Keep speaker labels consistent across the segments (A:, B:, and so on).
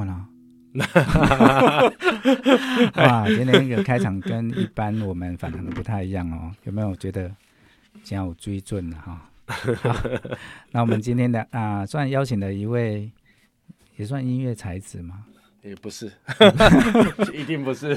A: 啊 哇，今天的开场跟一般我们访谈的不太一样哦，有没有觉得今天有追准了哈？好那我们今天的啊、算邀请了一位，也算音乐才子嘛，
B: 也不是， 一定不是。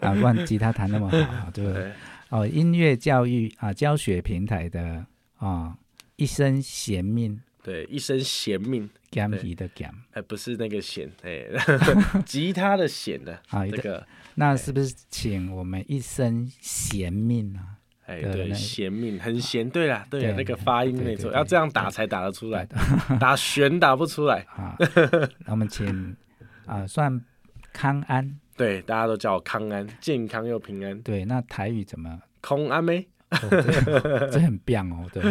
A: 啊，不然吉他弹那么好，对不对？
B: 对，
A: 哦，音乐教育啊、教学平台的啊、一生贤命，
B: 对，一生贤命，
A: 甘
B: 对
A: 皮的甘，
B: 哎，不是那个弦，哎， 吉他的弦的，
A: 啊
B: 这个，
A: 那是不是请我们一生贤命啊？
B: 哎，
A: 对
B: 对，
A: 那
B: 贤命很贤，对啦，对
A: 对
B: 啦，那个发音
A: 对
B: 没
A: 对
B: 错，
A: 对
B: 要这样打才打得出来，打弦打不出来。
A: 啊，那我们 请啊，算康安，
B: 对，大家都叫我康安，健康又平安，
A: 对，那台语怎么？
B: 空安妹，
A: 哦、 这这很棒哦，对。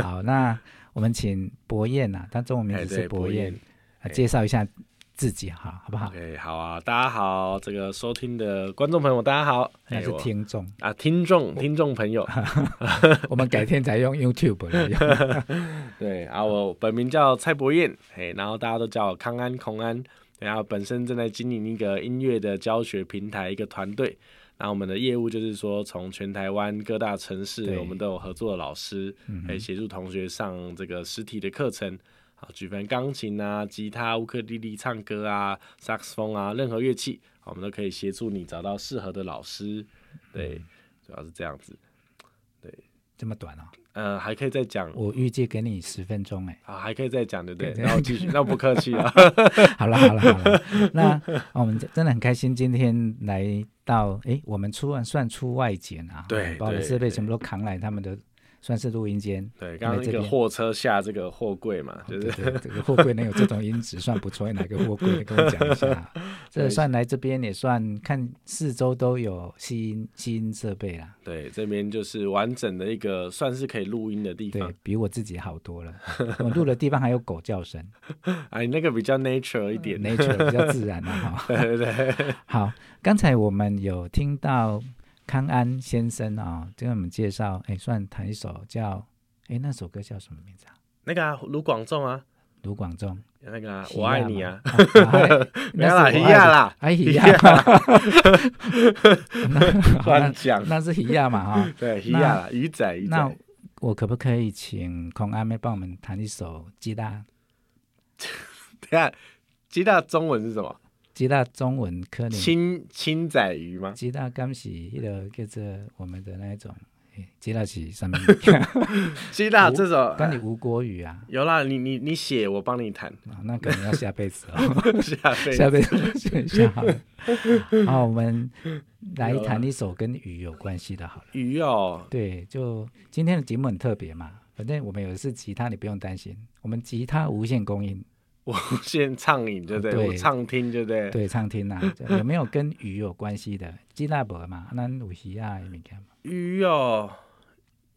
A: 好，那我们请博彦啊，他中文名
B: 哎，
A: 字是
B: 对，
A: 博
B: 博
A: 彦
B: 彦。，哎
A: 啊，介绍一下自己哈，好不好？
B: OK，好啊，大家好，这个收听的观众朋友，大家好，
A: 那
B: 哎
A: 是
B: 我
A: 听众，
B: 啊，听众听众朋友，
A: 我们改天才用 YouTube 来 用。
B: 对啊，我本名叫蔡博彦，嘿，然后大家都叫我康安、孔安，然后本身正在经营一个音乐的教学平台一个团队，那我们的业务就是说，从全台湾各大城市，
A: 对
B: 我们都有合作的老师，哎，协助同学上这个实体的课程。啊，举凡钢琴啊、吉他、乌克丽丽、唱歌啊、萨克斯风啊，任何乐器，我们都可以协助你找到适合的老师。对，主要是这样子。
A: 这么短哦，
B: 呃，还可以再讲
A: 我预计给你十分钟哎。
B: 啊，还可以再讲，对不对？
A: 对对
B: 那我继续，那我不客气啊了。
A: 好了好了好了，那、哦我们真的很开心今天来到哎，我们出完算出外景啊，
B: 对
A: 把我们
B: 对
A: 设备
B: 对
A: 全部都扛来他们的算是录音间。
B: 对，刚
A: 在
B: 刚
A: 这
B: 那个
A: 边
B: 货车下这个货柜嘛，就
A: 对
B: 是
A: 对，这个货柜能有这种音质算不错，哪个货柜跟我讲一 下？这
B: 对
A: 算来这边也算看四周都有吸音吸音设备啦，
B: 对，这边就是完整的一个算是可以录音的地
A: 对
B: 方。
A: 比我自己好多 了。我录的地方还有狗叫声
B: 哎，那个比较 nature 一点。
A: ，nature 比较自然了 哈。
B: 对对对，
A: 好，刚才我们有听到康安先生啊、跟我们介绍，哎，算弹一首叫，哎，那首歌叫什么名字啊？
B: 那个啊，卢广仲啊，
A: 卢广仲，
B: 那个啊，
A: 喜
B: 我
A: 亚
B: 爱你
A: 嘛
B: 啊，，
A: 啊哎
B: 没有啦，
A: 那是
B: 一
A: 我爱
B: 亚
A: 你
B: 啦，
A: 哎
B: 一
A: 呀，
B: 乱讲
A: 那是一样嘛哈、
B: 对，一
A: 那
B: 亚啦，鱼仔鱼
A: 那
B: 仔，
A: 我可不可以请孔阿妹帮我们弹一首吉他？
B: 等一下，鸡大中文是什么？
A: 吉他中文可能
B: 青青仔鱼吗？
A: 吉他刚是那个叫做我们的那一种，诶吉他是什么？
B: 鸡大
A: 无
B: 这首
A: 关你吴国语啊，
B: 有啦，你你你写，我帮你弹，
A: 啊那可能要下辈子哦，
B: 下辈
A: 下
B: 子
A: 辈子选一下好了。好，我们来弹一首跟雨有关系的，好了。
B: 鱼哦，
A: 对，就今天的节目很特别嘛，反正我们有的是吉他，你不用担心，我们吉他无限供应。
B: 我先畅饮，对不对？
A: 对
B: 我畅听，对不对？
A: 对，唱听啊，这有没有跟鱼有关系的？鸡大伯嘛，那有鱼啊，物件嘛，
B: 鱼哦，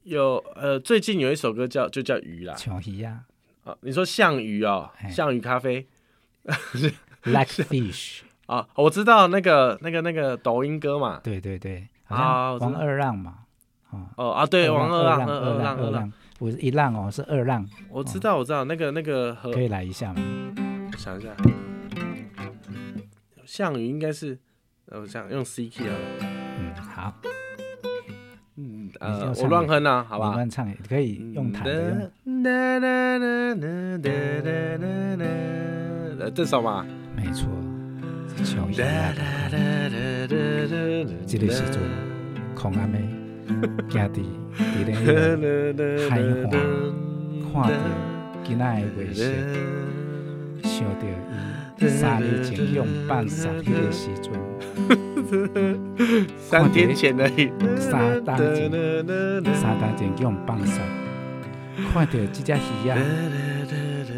B: 有呃，最近有一首歌叫就叫 鱼啦。
A: 像鱼啊
B: 啊，你说项羽哦
A: 嘿，
B: 项羽咖啡
A: ，like fish，
B: 啊，我知道那个那个那个抖音歌嘛。
A: 对对对，好
B: 啊
A: 像
B: 我知道
A: 王二浪嘛，啊，
B: 哦啊，对，王二浪，
A: 二浪，二
B: 二浪，二浪，
A: 浪，不是一浪哦，是二浪，
B: 我知道，我知道，那个那个和
A: 可以来一下吗？
B: 我想一下，项羽应该是，呃，我想用 C key 啊，
A: 嗯，好，
B: 嗯
A: 你
B: 呃
A: 要，
B: 我
A: 唱
B: 乱哼啊，好
A: 你
B: 吧。嗯
A: 乱唱也可以用弹的，用
B: 呃这首嘛，
A: 没错，是像鱼啊， 这个时阵孔阿妹，家己伫咧迄 个海看着今仔的月色。想到伊三日前用放杀迄个时阵，
B: 三天前而已，
A: 三当前三当前用放杀，看到即只鱼啊，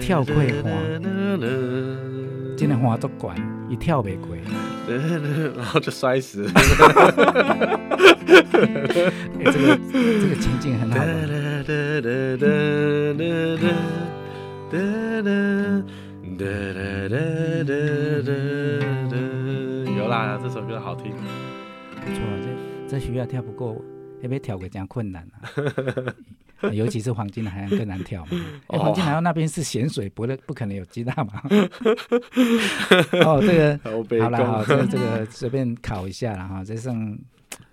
A: 跳过花真个花足悬，伊跳袂过。
B: 然后就摔死。
A: 欸、这个这个情景很好玩，
B: 有啦，这首歌好听。
A: 不错。这这鱼啊跳不过，迄要跳过真困难啊。尤其是黄金海岸更难跳嘛，因为
B: 哦
A: 黄金海岸那边是咸水，不不可能有吉他嘛。 哦，这个
B: 好北
A: 好啦，好，
B: 宫，
A: 这个这个随便考一下啦哈，这上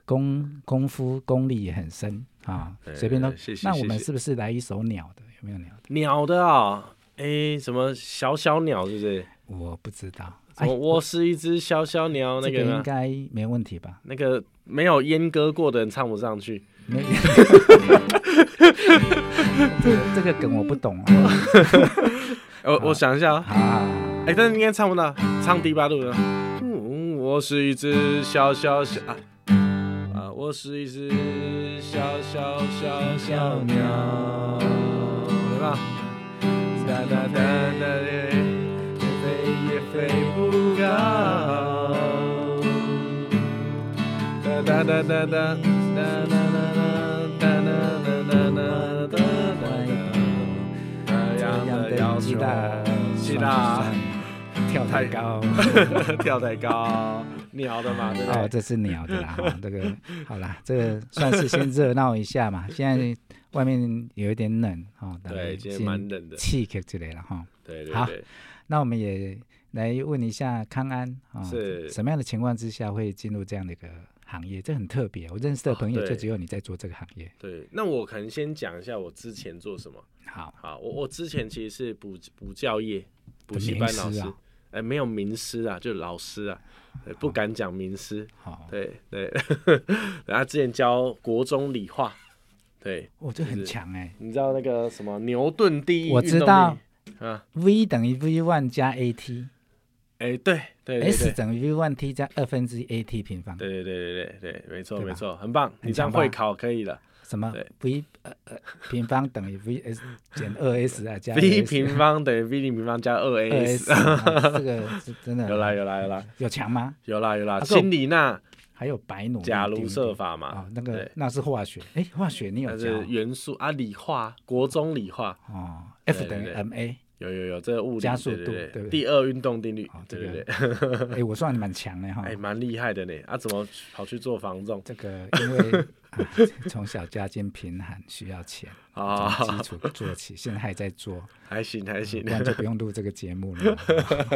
A: 功功夫功力也很深啊，
B: 哎
A: 随便都。
B: 谢谢
A: 那
B: 谢
A: 我们
B: 谢
A: 是不是来一首鸟的？有没有鸟的？
B: 鸟的啊、诶，什么小小鸟是不是？
A: 我不知道，
B: 什么我是一只小小鸟那
A: 哎这
B: 个
A: 个应
B: 呢？
A: 该没问题吧？
B: 那个没有阉割过的人唱不上去。
A: 没，这个这个梗我不懂啊。
B: 呃
A: 好
B: 我我想一下啊，
A: 啊，
B: 哎、但是应该唱不到，唱低八度的。嗯，我是一只小小小啊啊，我是一只小小小小鸟，对吧？哒哒哒哒耶，也飞也飞不高。哒哒哒哒哒哒哒哒哒哒哒哒哒哒，
A: 这
B: 这样
A: 样
B: 的
A: 的
B: 要
A: 吉
B: 求
A: 他，，
B: 期
A: 算
B: 待。
A: 不算跳太
B: 太
A: 高。
B: 跳太高，鸟的嘛，对不
A: 哦，
B: 对？
A: 这是鸟的啦，哈，这个好啦，这个算是先热闹一下嘛。现在外面有一点冷哈，哦、大家
B: 对，今天
A: 先
B: 蛮冷的，
A: 气咳之类了哈。
B: 对对
A: 好
B: 对。
A: 那我们也来问一下康安啊，哦
B: 是
A: 什么样的情况之下会进入这样的一个行业？这很特别，我认识的朋友
B: 哦
A: 就
B: 对
A: 只有你在做这个行业。
B: 对，那我可能先讲一下我之前做什么。
A: 好，
B: 好，我我之前其实是补补教业，补习班老
A: 名师
B: 师
A: 啊，
B: 哎，没有名师啊，就老师啊，对不敢讲名师。
A: 好，
B: 对对， 然后之前教国中理化，对，
A: 哦，这很
B: 是
A: 强哎、
B: 你知道那个什么牛顿第一
A: 我
B: 运
A: 知
B: 动
A: 道
B: 力啊，
A: v 等于 v one 加 at，s
B: 哎，对对对对。
A: 等于 v one t 加二分之一 at 平方。
B: 对对对对对对，没错
A: 对吧
B: 没错，很棒，
A: 很
B: 你这样
A: 强吧
B: 会考可以了。
A: 什么
B: 对
A: v 呃呃平方等于 v s 减二 s 啊加
B: v
A: 2S
B: 平方等于 v 零平方加二
A: 二
B: as。
A: s，啊这个是 真的
B: 有啦有啦有啦
A: 有强吗？
B: 有啦有啦，
A: 这种
B: 辛里纳
A: 还有白努
B: 假如
A: 设
B: 设法
A: 啊
B: 嘛，，
A: 那个
B: 对
A: 那是化学，哎，化学你有
B: 但
A: 教
B: 是元素啊，理化国中理化
A: 哦，F
B: 对
A: 等于
B: 对
A: ma，
B: 有有有，这个物理
A: 加速
B: 对
A: 度
B: 对
A: 对不对
B: 第二运动定律
A: 哦，这
B: 对
A: 个
B: 对对，
A: 哎，我算蛮强的哈，
B: 哎，蛮厉害的呢，啊，怎么跑去做房仲
A: 这个因为啊从小家境贫寒，需要钱，
B: 啊？
A: 从基础做起，现在还在 做，
B: 还行还行
A: 不，然就不用录这个节目了，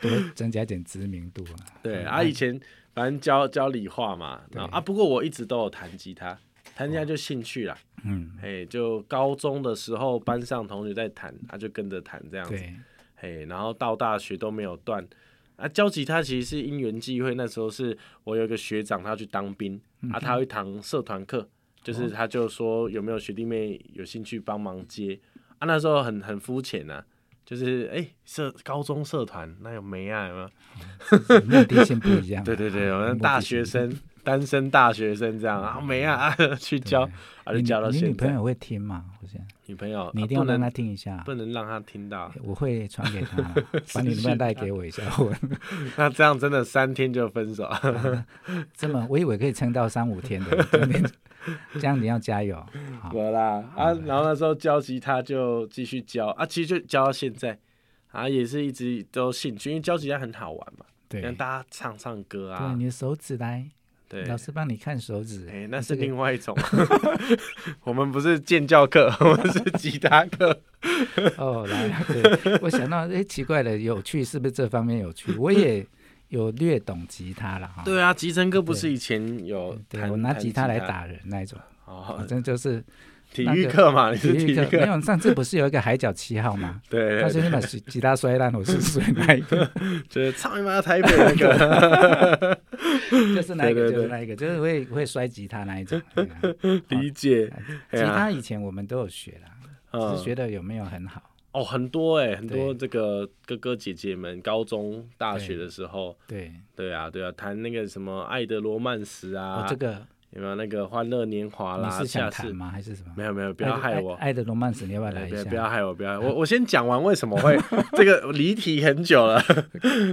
A: 多增加一点知名度啊。
B: 对啊，以前反正教教理化嘛，然后啊，不过我一直都有弹吉他，弹吉他就兴趣啦，
A: 嗯，
B: 哎，就高中的时候班上同学在弹，他就跟着弹这样子。
A: 对，
B: 嘿，然后到大学都没有断。啊，教吉他其实是因缘际会，那时候是我有一个学长，他去当兵，啊，他有一堂社团课，就是他就说有没有学弟妹有兴趣帮忙接，啊，那时候很很肤浅呐，就是哎、社高中社团那有没啊有没有？
A: 目的性不一样啊。
B: 对对对，我
A: 目
B: 们
A: 的
B: 大
A: 性
B: 学生 单身大学生这样啊没啊啊去教，啊就
A: 你
B: 教到
A: 你女
B: 现
A: 朋
B: 在，
A: 友会听吗？我想
B: 女朋友
A: 你
B: 啊
A: 一定要
B: 不
A: 让她
B: 能
A: 听一下，
B: 不能让她 听到，
A: 我会传给她啦，啊把你的伴带给我一下。我
B: 那这样真的三天就分手。
A: 这么我以为可以撑到三五天的，真的这样你要加油。好，
B: 我啦啊，然后那时候教吉他就继续教啊，其实就教到现在啊，也是一直都兴趣，因为教吉他很好玩嘛，
A: 对
B: 让大家唱唱歌
A: 对，
B: 啊，
A: 你的手指来，
B: 对，
A: 老师帮你看手指。
B: 哎，那是
A: 这个
B: 另外一种， 我们不是建教课， 我们是吉他课，
A: 哦，来， 对，我想到，哎，奇怪了，有趣是不是这方面有趣？我也有略懂吉他了哈。
B: 对啊，吉成哥不是以前有
A: 对，
B: 弹
A: 我拿
B: 弹
A: 吉他来打人那一种，
B: 哦
A: 反，正 就是
B: 体
A: 那
B: 育
A: 个
B: 课嘛，你
A: 体
B: 是体
A: 育
B: 育
A: 课。没
B: 课，
A: 有，上次不是有一个海角七号吗？
B: 对
A: 他
B: 对
A: 说你把吉吉他摔烂，我是摔那一个，
B: 对，就是唱一妈台北那个，
A: 就是那一个，
B: 对对对
A: 就是那一个，就是会会摔吉他那一 种。对啊
B: 理解，
A: 吉
B: 哎呀
A: 他以前我们都有学啦，只
B: 嗯
A: 是学的有没有很好。
B: 哦，很多哎、很多
A: 对
B: 这个哥哥姐姐们，高中、大学的时候，
A: 对，
B: 对啊，对啊，谈那个什么《爱的罗曼史》啊，
A: 哦，这个
B: 有没有那个《欢乐年华》
A: 你
B: 啦？
A: 是想
B: 下
A: 弹
B: 次
A: 吗？还是什么？
B: 没有没有，不要
A: 爱的
B: 害
A: 爱
B: 我，
A: 爱的罗曼史，你要不要
B: 对
A: 来
B: 不要
A: 一
B: 不
A: 下？
B: 要害我，不要害我，我我先讲完为什么会 这个离题很久了，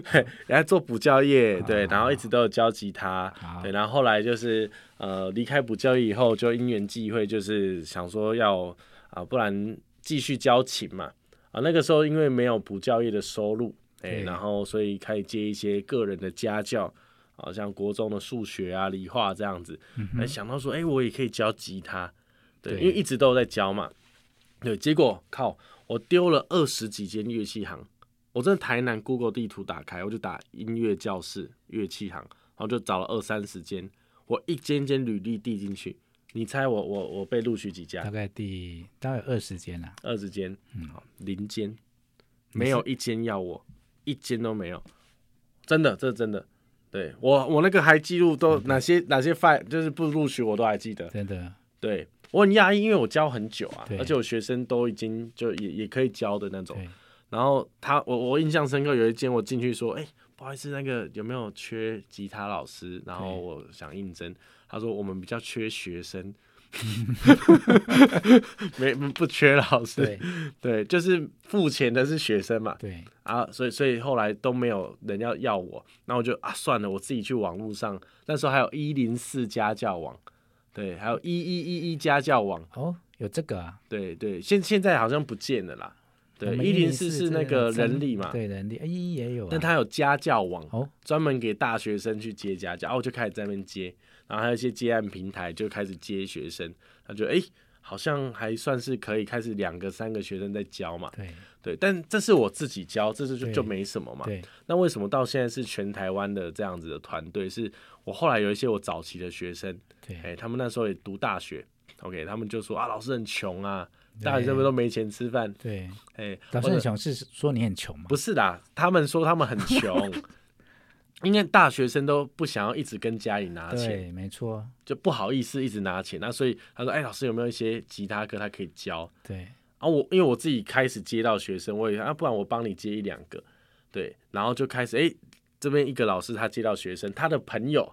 B: 对然后做补教业，对，然后一直都有教吉他
A: 好，
B: 对，然后后来就是呃离开补教业以后，就因缘际会，就是想说要啊、不然继续教琴嘛，啊那个时候因为没有补教业的收入，哎、
A: 对
B: 然后所以开始接一些个人的家教。呃好像国中的数学啊、理化这样子，哎、想到说，哎、我也可以教吉他，对，
A: 对
B: 因为一直都有在教嘛。对，结果靠，我丢了二十几间乐器行，我真的台南 Google 地图打开，我就打音乐教室乐器行，然后就找了二三十间，我一间间履历递进去，你猜我我我被录取几
A: 大
B: 家？
A: 概第大概二十间啦。
B: 二十间，好，零间，没有一间要我，一间都没有，真的，这是真的。对我，我那个还记录都哪些哪些 file，就是不录取我都还记得。
A: 真的，
B: 对我很讶异，因为我教很久啊
A: 对，
B: 而且我学生都已经就也也可以教的那种。
A: 对，
B: 然后他，我我印象深刻，有一间我进去说，哎、不好意思，那个有没有缺吉他老师？然后我想应征，他说我们比较缺学 生，没不缺老师，
A: 对，
B: 对，就是付钱的是学生嘛，
A: 对，
B: 啊，所以所以后来都没有人要要我，那我就啊算了，我自己去网络上，那时候还有一零四家教网，对，还有一一一一家教网，
A: 哦，有这个啊。
B: 对对，现现在好像不见了啦，对，
A: 我们
B: 一零四
A: 104这
B: 是那个
A: 真
B: 人力嘛，
A: 对，人力，哎，也有啊。
B: 但它有家教网，
A: 哦，
B: 专门给大学生去接家教，然后我就开始在那边接，然后还有一些接案平台就开始接学生，他就哎、好像还算是可以开始两个三个学生在教嘛，
A: 对
B: 对，但这是我自己教，这是就就
A: 对
B: 没什么嘛，
A: 对，
B: 那为什么到现在是全台湾的这样子的团队？是我后来有一些我早期的学生，
A: 对
B: 哎、他们那时候也读大学，OK，他们就说啊，老师很穷啊，大学生们都没钱吃饭，
A: 对，
B: 哎、
A: 老师
B: 或者
A: 很穷是说你很穷吗？
B: 不是啦，他们说他们很 穷，因为大学生都不想要一直跟家里拿钱，
A: 对，没错，
B: 就不好意思一直拿钱，那所以他说，哎、老师有没有一些吉他课他可以教？
A: 对
B: 啊，我因为我自己开始接到学生，我也啊，不然我帮你接一两个，对，然后就开始哎、这边一个老师他接到学生，他的朋友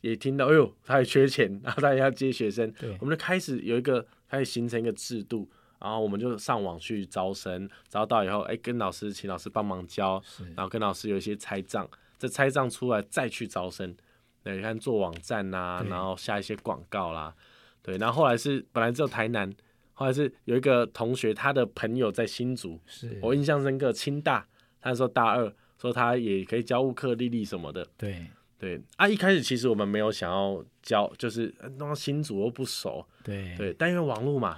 B: 也听到，哎呦，他也缺钱，然后他也要接学生，
A: 对
B: 我们就开始有一个开始形成一个制度，然后我们就上网去招生，招到以后，哎、跟老师请老师帮忙教，
A: 是，
B: 然后跟老师有一些拆账，这拆账出来再去招生，对，你看做网站呐、
A: 对
B: 然后下一些广告啦，对，然后后来是本来只有台南，后来是有一个同学他的朋友在新竹，
A: 是，
B: 我印象深刻，清大，他说大二说他也可以教乌克丽丽什么的，
A: 对
B: 对，啊，一开始其实我们没有想要教，就是呃弄到新竹又不熟，
A: 对
B: 对，但因为网络嘛，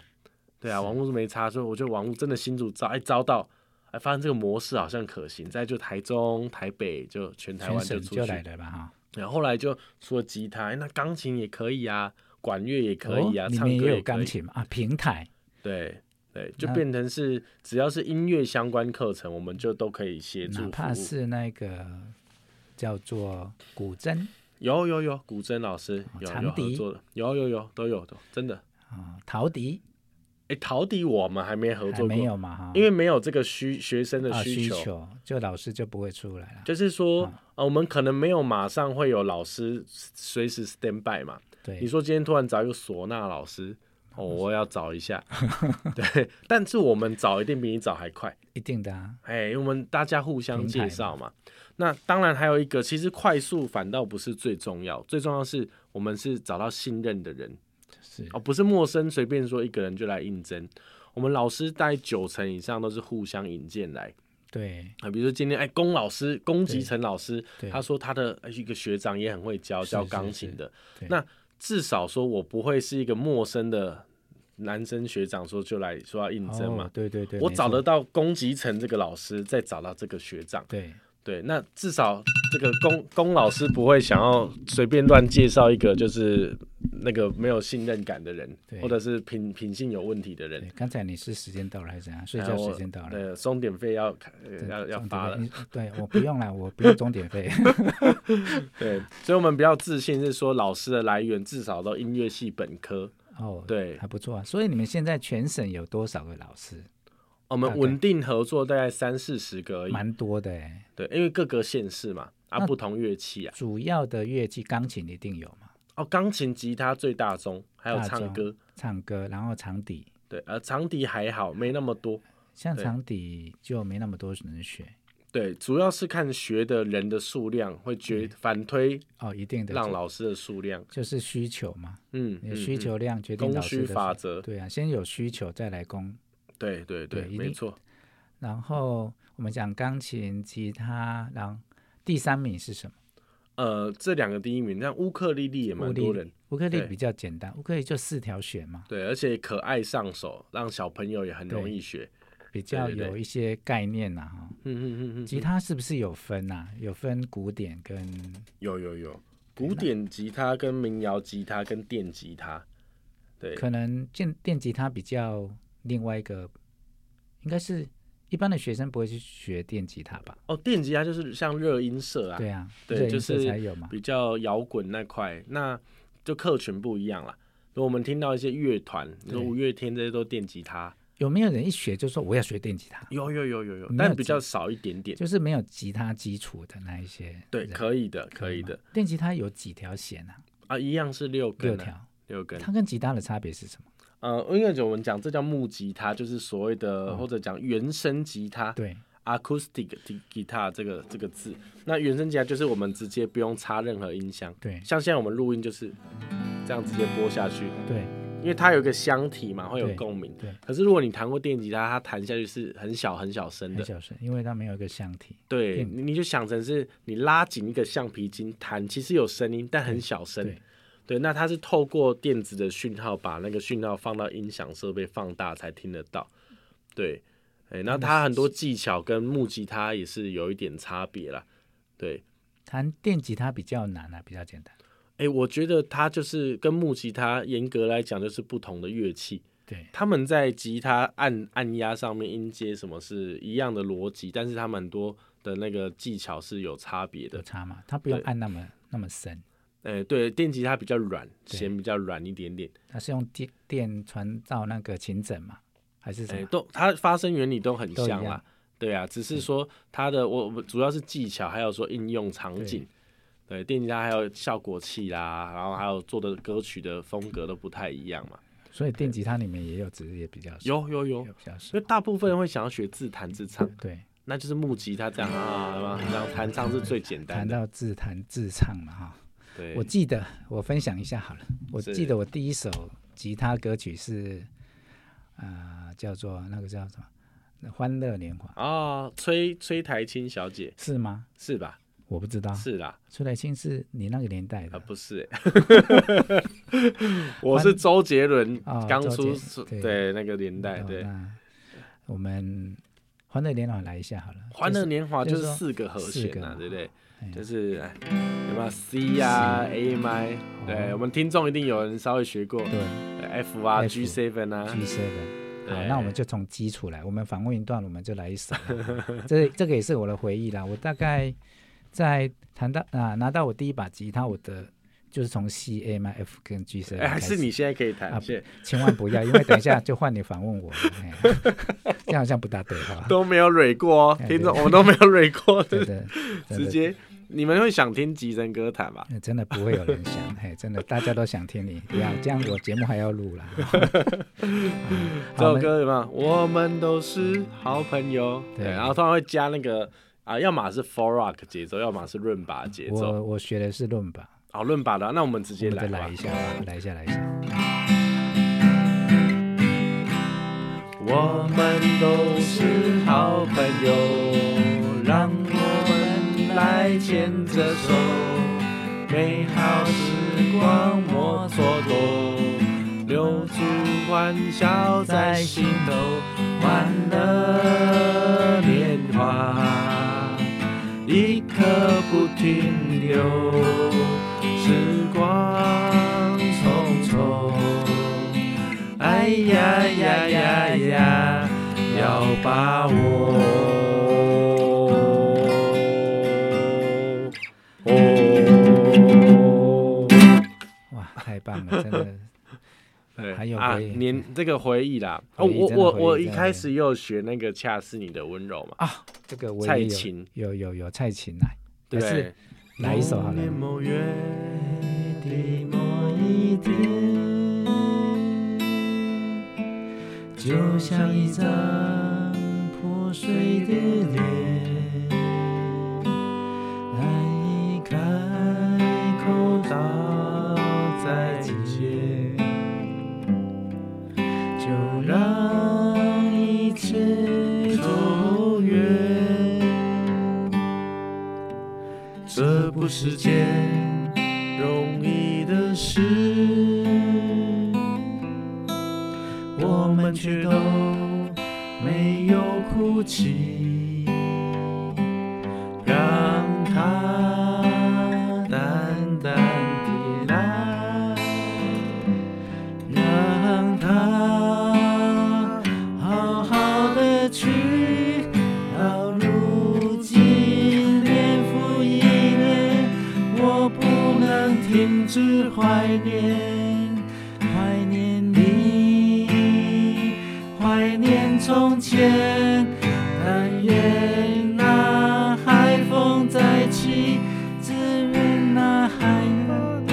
B: 对啊，网络是没差，所以我觉得网络真的新竹招哎招到，哎发现这个模式好像可行，再就台中、台北就全台
A: 全
B: 湾就
A: 省
B: 出
A: 就来
B: 去，
A: 了吧哈。
B: 然后后来就除了吉他，哎那钢琴也可以啊，管乐也可以啊，
A: 哦你
B: 唱
A: 们
B: 歌
A: 也有
B: 可
A: 钢
B: 以，
A: 琴嘛啊，平台
B: 对。对，就
A: 那
B: 变成是只要是音乐相关课程，我们就都可以协助
A: 哪
B: 服
A: 怕
B: 务。
A: 是那个叫做古筝
B: 有有有，古筝老师有
A: 哦长
B: 有合
A: 笛
B: 作的，有有有都有的，真的。
A: 啊，陶笛
B: 哎，陶笛我们还没合
A: 还
B: 作过，
A: 没有嘛哈，
B: 因为没有这个需学生的
A: 啊
B: 需
A: 需
B: 求。
A: 求，就老师就不会出来了。
B: 就是说，呃，我们可能没有马上会有老师随时 stand by 嘛。你
A: 对
B: 说今天突然找一个唢呐老师，哦，我要找一 下，对，但是我们找一定比你找还快，
A: 一定的啊，
B: 哎，因为我们大家互相
A: 平台
B: 介绍嘛。那当然还有一个，其实快速反倒不是最重要，最重要是我们是找到信任的人
A: 是
B: 哦，不是陌生随便说一个人就来应征。我们老师大概九成以上都是互相引荐来，
A: 对
B: 啊，比如说今天哎，龚老师，龚吉
A: 对
B: 成老师，
A: 对
B: 他说他的哎一个学长也很会教
A: 是
B: 教
A: 是
B: 钢
A: 是
B: 琴的，
A: 对
B: 那至少说我不会是一个陌生的男生学长说就来说要应征嘛
A: 哦，对对对，
B: 我
A: 没
B: 找
A: 错
B: 得到龚吉成这个老师，再找到这个学长，
A: 对
B: 对，那至少这个龚龚老师不会想要随便乱介绍一个就是那个没有信任感的人，
A: 对
B: 或者是品品性有问题的人
A: 对，，刚才你是时间到了还是怎样？睡
B: 哎
A: 觉
B: 我
A: 时间到了。
B: 对，钟点费要呃
A: 对
B: 要要
A: 钟点
B: 发
A: 费
B: 了。
A: 你对，我不用了，我不用钟点费。
B: 对，所以我们比较自信是说老师的来源至少都音乐系本科。
A: 哦，
B: 对
A: 还不错啊。所以你们现在全省有多少个老师？
B: 我们
A: 大概
B: 稳定合作大概三四十个而已，
A: 蛮多的哎。
B: 对，因为各个县市嘛，啊，
A: 那
B: 不同乐器啊，
A: 主要的乐器，钢琴一定有嘛，
B: 哦，钢琴、吉他最大宗，还有
A: 大
B: 唱
A: 宗
B: 歌，
A: 唱歌，然后长笛，
B: 对，呃，长笛还好，没那么多，
A: 像
B: 对
A: 长笛就没那么多人学
B: 对，主要是看学的人的数量，会
A: 嗯
B: 决反推
A: 哦，一定的
B: 让老师的数量，
A: 就是需求嘛，
B: 嗯，
A: 有
B: 嗯
A: 需，求量决
B: 嗯
A: 定
B: 供
A: 老师
B: 需
A: 的
B: 法
A: 数
B: 则，
A: 对啊，先有需求再来供，
B: 对对对，
A: 对一
B: 没
A: 定
B: 错，
A: 然后我们讲钢琴、吉他，然后第三名是什么？
B: 呃，这两个第一名，但乌克丽丽也蛮
A: 乌
B: 多
A: 力
B: 人，
A: 乌乌克丽
B: 对
A: 比较简单，乌克丽就四条弦嘛，
B: 对，而且可爱上手，让小朋友也很容易学。
A: 比较
B: 对对对
A: 有一些概念呐、啊、哈。
B: 嗯嗯嗯嗯，
A: 吉他是不是有分呐、有分古典跟
B: 有有有，古典吉他跟民谣吉他跟电吉他，对，
A: 可能电电吉他比较另外一个，应该是一般的学生不会去学电吉他吧？
B: 哦，电吉他就是像热音社啊，
A: 对啊，
B: 对
A: 热音
B: 就
A: 社
B: 是
A: 才有嘛。
B: 比较摇滚那块，那就客群不一样啦。如果我们听到一些乐团，你说
A: 对
B: 五月天这些都电吉他，
A: 有没有人一学就说我要学电吉他？
B: 有有有有有
A: 没，有
B: 但比
A: 吉
B: 较少一点点。
A: 就是没有吉他基础的那一些。
B: 对，
A: 人
B: 可以的，可以
A: 吗
B: 的。
A: 电吉他有几条弦啊？
B: 啊，一样是六根、
A: 六
B: 啊，
A: 条。
B: 六根。
A: 它跟吉他的差别是什么？
B: 呃，因为就我们讲这叫木吉他，就是所谓的、或者讲原声吉他
A: 哦对，
B: （acoustic guitar） 这个这个字。那原声吉他就是我们直接不用插任何音箱，
A: 对，
B: 像现在我们录音就是这样直接播下去，
A: 对，
B: 因为它有一个箱体嘛，会有
A: 对
B: 共鸣
A: 对。
B: 可是如果你弹过电吉他，它弹下去是很小很小声
A: 很
B: 的，
A: 小声，因为它没有一个箱体。
B: 对，
A: 嗯
B: 你你就想成是你拉紧一个橡皮筋弹，其实有声音，但很小声。
A: 对
B: 对，那它是透过电子的讯号，把那个讯号放到音响设备放大才听得到。对，哎、那它很多技巧跟木吉他也是有一点差别啦。对，
A: 弹电吉他比较难啊，比较简单。
B: 哎、我觉得它就是跟木吉他严格来讲就是不同的乐器，
A: 对，
B: 他们在吉他按按压上面音阶什么是一样的逻辑，但是他们很多的那个技巧是有差别的
A: 有。差嘛，它不用
B: 对
A: 按那么那么深，
B: 哎、对，电吉他比较软，
A: 对
B: 弦比较软一点点。
A: 它是用电电传到那个琴枕嘛，还是什
B: 哎、
A: 么？
B: 都它发声原理都很
A: 都一
B: 像啦
A: 样，
B: 对啊，只是说它的我我主要是技巧，还有说应用场景，对，电吉他还有效果器啦，然后还有做的歌曲的风格都不太一样嘛，
A: 所以电吉他里面也有，只是也比较少
B: 有有有
A: 也，比较少
B: 所。以大部分人会想要学自弹自唱，
A: 对，
B: 那就是木吉他这样啊，然后这样弹唱是最简单
A: 谈
B: 的，
A: 到自弹自唱嘛，哈，
B: 对，
A: 我记得我分享一下好了，我
B: 是
A: 记得我第一首吉他歌曲是，呃，叫做那个叫什么《欢乐年华》
B: 啊，崔崔台青小姐
A: 是吗？
B: 是吧？
A: 我不知道，
B: 是啦，
A: 崔来清是你那个年代
B: 啊
A: 的，
B: 不是、欸， 我是周杰伦
A: 啊
B: 刚
A: 周
B: 出
A: 杰
B: 出
A: 对
B: 对那个年代
A: 哦
B: 对。
A: 那我们《欢乐年华》来一下好了，
B: 《欢乐年华》
A: 就
B: 就是是四个和
A: 四
B: 弦
A: 个
B: 啊
A: 嘛，
B: 对不对？
A: 哎呀
B: 就是哎有没有 C 啊、A 麦？对，我们听众一定有人稍微学过
A: 哦对
B: 呃 F 啊、
A: F
B: G seven 啊
A: G seven。好，
B: 对
A: 那我们就从基础来。我们访问一段，我们就来一首啦。 这这个也是我的回忆啦。我大概在谈到啊，拿到我第一把吉他，我的就是从 C A 嘛 F 跟 G seven
B: 哎，还
A: 开始。
B: 是你现在可以弹
A: 啊，
B: 现在
A: 千万不要，因为等一下就换你访问我了，哎这样好像不大对哈。
B: 都没有蕊过哦，
A: 哎
B: 听众
A: 对
B: 我们都没有蕊 过，
A: 真的，真的
B: 直接你们会想听吉人歌弹吧？
A: 呃真的不会有人想，嘿，真的大家都想听你，不要这样，我节目还要录 啦。
B: 这首歌有没有？我们都是好朋友。对，
A: 对
B: 然后通常会加那个啊，要么是 four rock 节奏，要么是润把节
A: 好，我
B: 奏。
A: 们我我学的是论吧，
B: 好，润把的，那我们直接
A: 我们
B: 来
A: 再
B: 吧
A: 来一。下吧，来一下，来一下。
B: 我们都是好朋友，让我们来牵着手，美好时光莫蹉跎，留住欢笑在心头，欢乐年华一刻不停留，时光匆匆。哎呀呀呀呀，要把握。哦，
A: 哇，太棒了，真 的。
B: 对，
A: 还有
B: 啊，
A: 回忆
B: 年这个回忆啦。哦，
A: 回忆
B: 我
A: 真的
B: 我
A: 回忆
B: 我
A: 真
B: 一
A: 的
B: 开始也有学那个恰似你的温柔嘛，
A: 啊，这个我也
B: 蔡
A: 有
B: 琴
A: 有有有蔡琴啊，
B: 对不
A: 还
B: 对
A: 是？来一首好
B: 某年
A: 了。
B: 某月的某一天，就像一张破碎的脸，难以开口道再见。就让一切走远，这不是件容易的事。
A: 但却都没有哭泣，让它淡淡的来，让它好好的去。到如今年复一年，我不能停止怀念。怀念你，怀念从前。但愿那海风再起，只愿那海能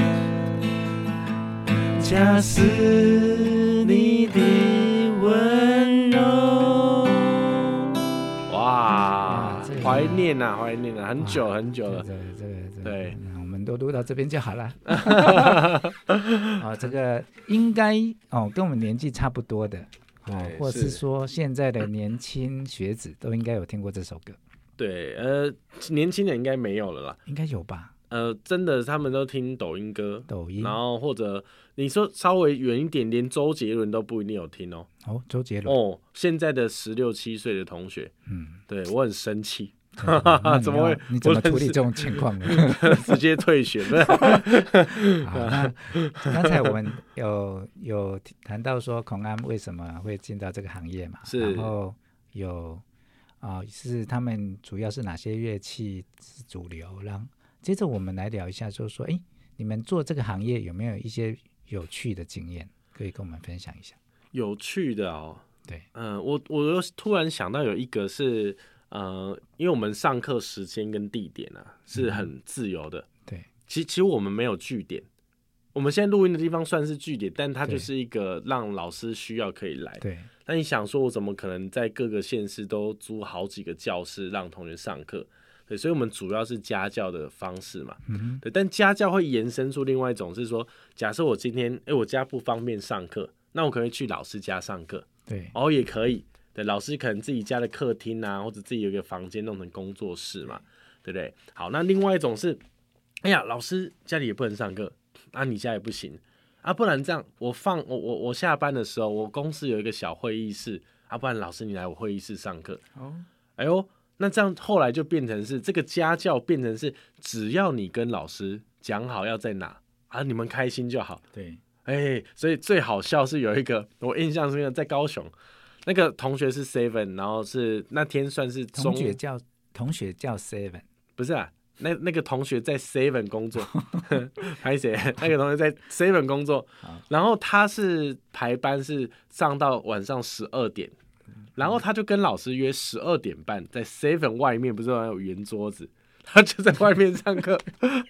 A: 恰似你的温柔。
B: 哇
A: 啊这，个
B: 怀念呐，怀念呐，很久
A: 哇
B: 很久了。
A: 这个这个这个，
B: 对
A: 那我们都录到这边就好 了。啊，这个应该哦，跟我们年纪差不多的哦
B: 对，
A: 或
B: 是
A: 是说现在的年轻学子都应该有听过这首歌，
B: 对，呃，年轻人应该没有了啦。
A: 应该有吧？
B: 呃，真的，他们都听抖音歌，
A: 抖音
B: 然后或者你说稍微远一点，连周杰伦都不一定有听哦。
A: 哦，周杰伦，
B: 哦，现在的十六七岁的同学，
A: 嗯，
B: 对我很生气，
A: 真的吗那你
B: 怎么会
A: 要你怎么
B: 我认
A: 处理
B: 识
A: 这种情况呢？
B: 直接退学了。
A: 好，那刚才我们有有谈到说孔安为什么会进到这个行业嘛？
B: 是
A: 然后有啊、是他们主要是哪些乐器是主流？然后接着我们来聊一下，就是说，哎，你们做这个行业有没有一些有趣的经验可以跟我们分享一下？
B: 有趣的哦。
A: 对，
B: 嗯、我我又突然想到有一个是，呃，因为我们上课时间跟地点啊是很自由的。
A: 嗯对，
B: 其其实我们没有据点，我们现在录音的地方算是据点，但它
A: 对
B: 就是一个让老师需要可以来。
A: 对，
B: 那你想说，我怎么可能在各个县市都租好几个教室让同学上课？对，所以我们主要是家教的方式嘛。
A: 嗯哼，
B: 对，但家教会延伸出另外一种是说，假设我今天诶我家不方便上课，那我可能去老师家上课，
A: 对，
B: 哦也可以。对，老师可能自己家的客厅啊，或者自己有一个房间弄成工作室嘛，对不对？好，那另外一种是，哎呀，老师家里也不能上课，啊你家也不行，啊不然这样，我放我我我下班的时候，我公司有一个小会议室，啊不然老师你来我会议室上课，
A: 哦，
B: 哎呦，那这样后来就变成是这个家教变成是，只要你跟老师讲好要在哪啊，你们开心就好。
A: 对，
B: 哎、所以最好笑是有一个我印象深刻，在高雄那个同学是 seven，然后是那天算是中
A: 同学叫同学叫 Seven，
B: 不是啊。那那个同学在 Seven 工作， 还谁？那个同学在 Seven 工作
A: 好，
B: 然后他是排班是上到晚上十二点，然后他就跟老师约十二点半，在 Seven 外面不是有圆桌子，他就在外面上课。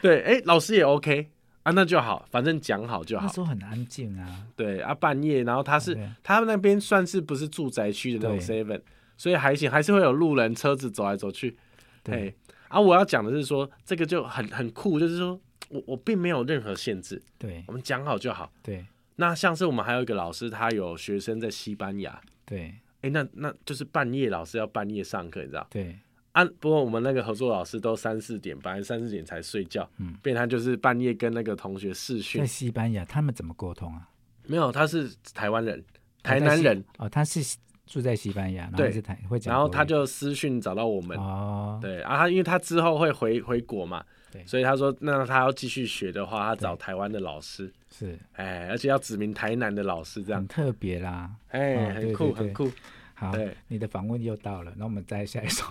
B: 对，哎、老师也 OK 啊，那就好，反正讲好就
A: 那
B: 好
A: 时。候很安静啊，
B: 对啊，半夜，然后他是、
A: 对
B: 他们那边算是不是住宅区的那种 Seven，所以还行，还是会有路人车子走来走去。
A: 对
B: 嘿，啊，我要讲的是说，这个就很很酷，就是说我我并没有任何限制，
A: 对
B: 我，们讲好就好。
A: 对，
B: 那像是我们还有一个老师，他有学生在西班牙，
A: 对，
B: 哎，那那就是半夜老师要半夜上课，你知道？
A: 对，
B: 啊，不过我们那个合作老师都三四点，本来三四点才睡觉，
A: 嗯
B: 变成他就是半夜跟那个同学视讯
A: 在，西班牙他们怎么沟通啊？
B: 没有，他是台湾人，
A: 哦在
B: 台南
A: 西
B: 人，
A: 哦，他是住在西班牙，然后
B: 对
A: 是台会讲
B: 然
A: 国语，
B: 后他就私讯找到我们，
A: 哦，
B: 对啊，他因为他之后会回回国嘛，
A: 对
B: 所以他说那他要继续学的话，他找台湾的老师，
A: 是
B: 哎，而且要指明台南的老师这样
A: 很，特别啦。
B: 哎，
A: 哦
B: 很
A: 嗯对
B: 酷
A: 对
B: 很
A: 对
B: 酷，
A: 好
B: 对，
A: 你的访问又到了，那我们再下一首，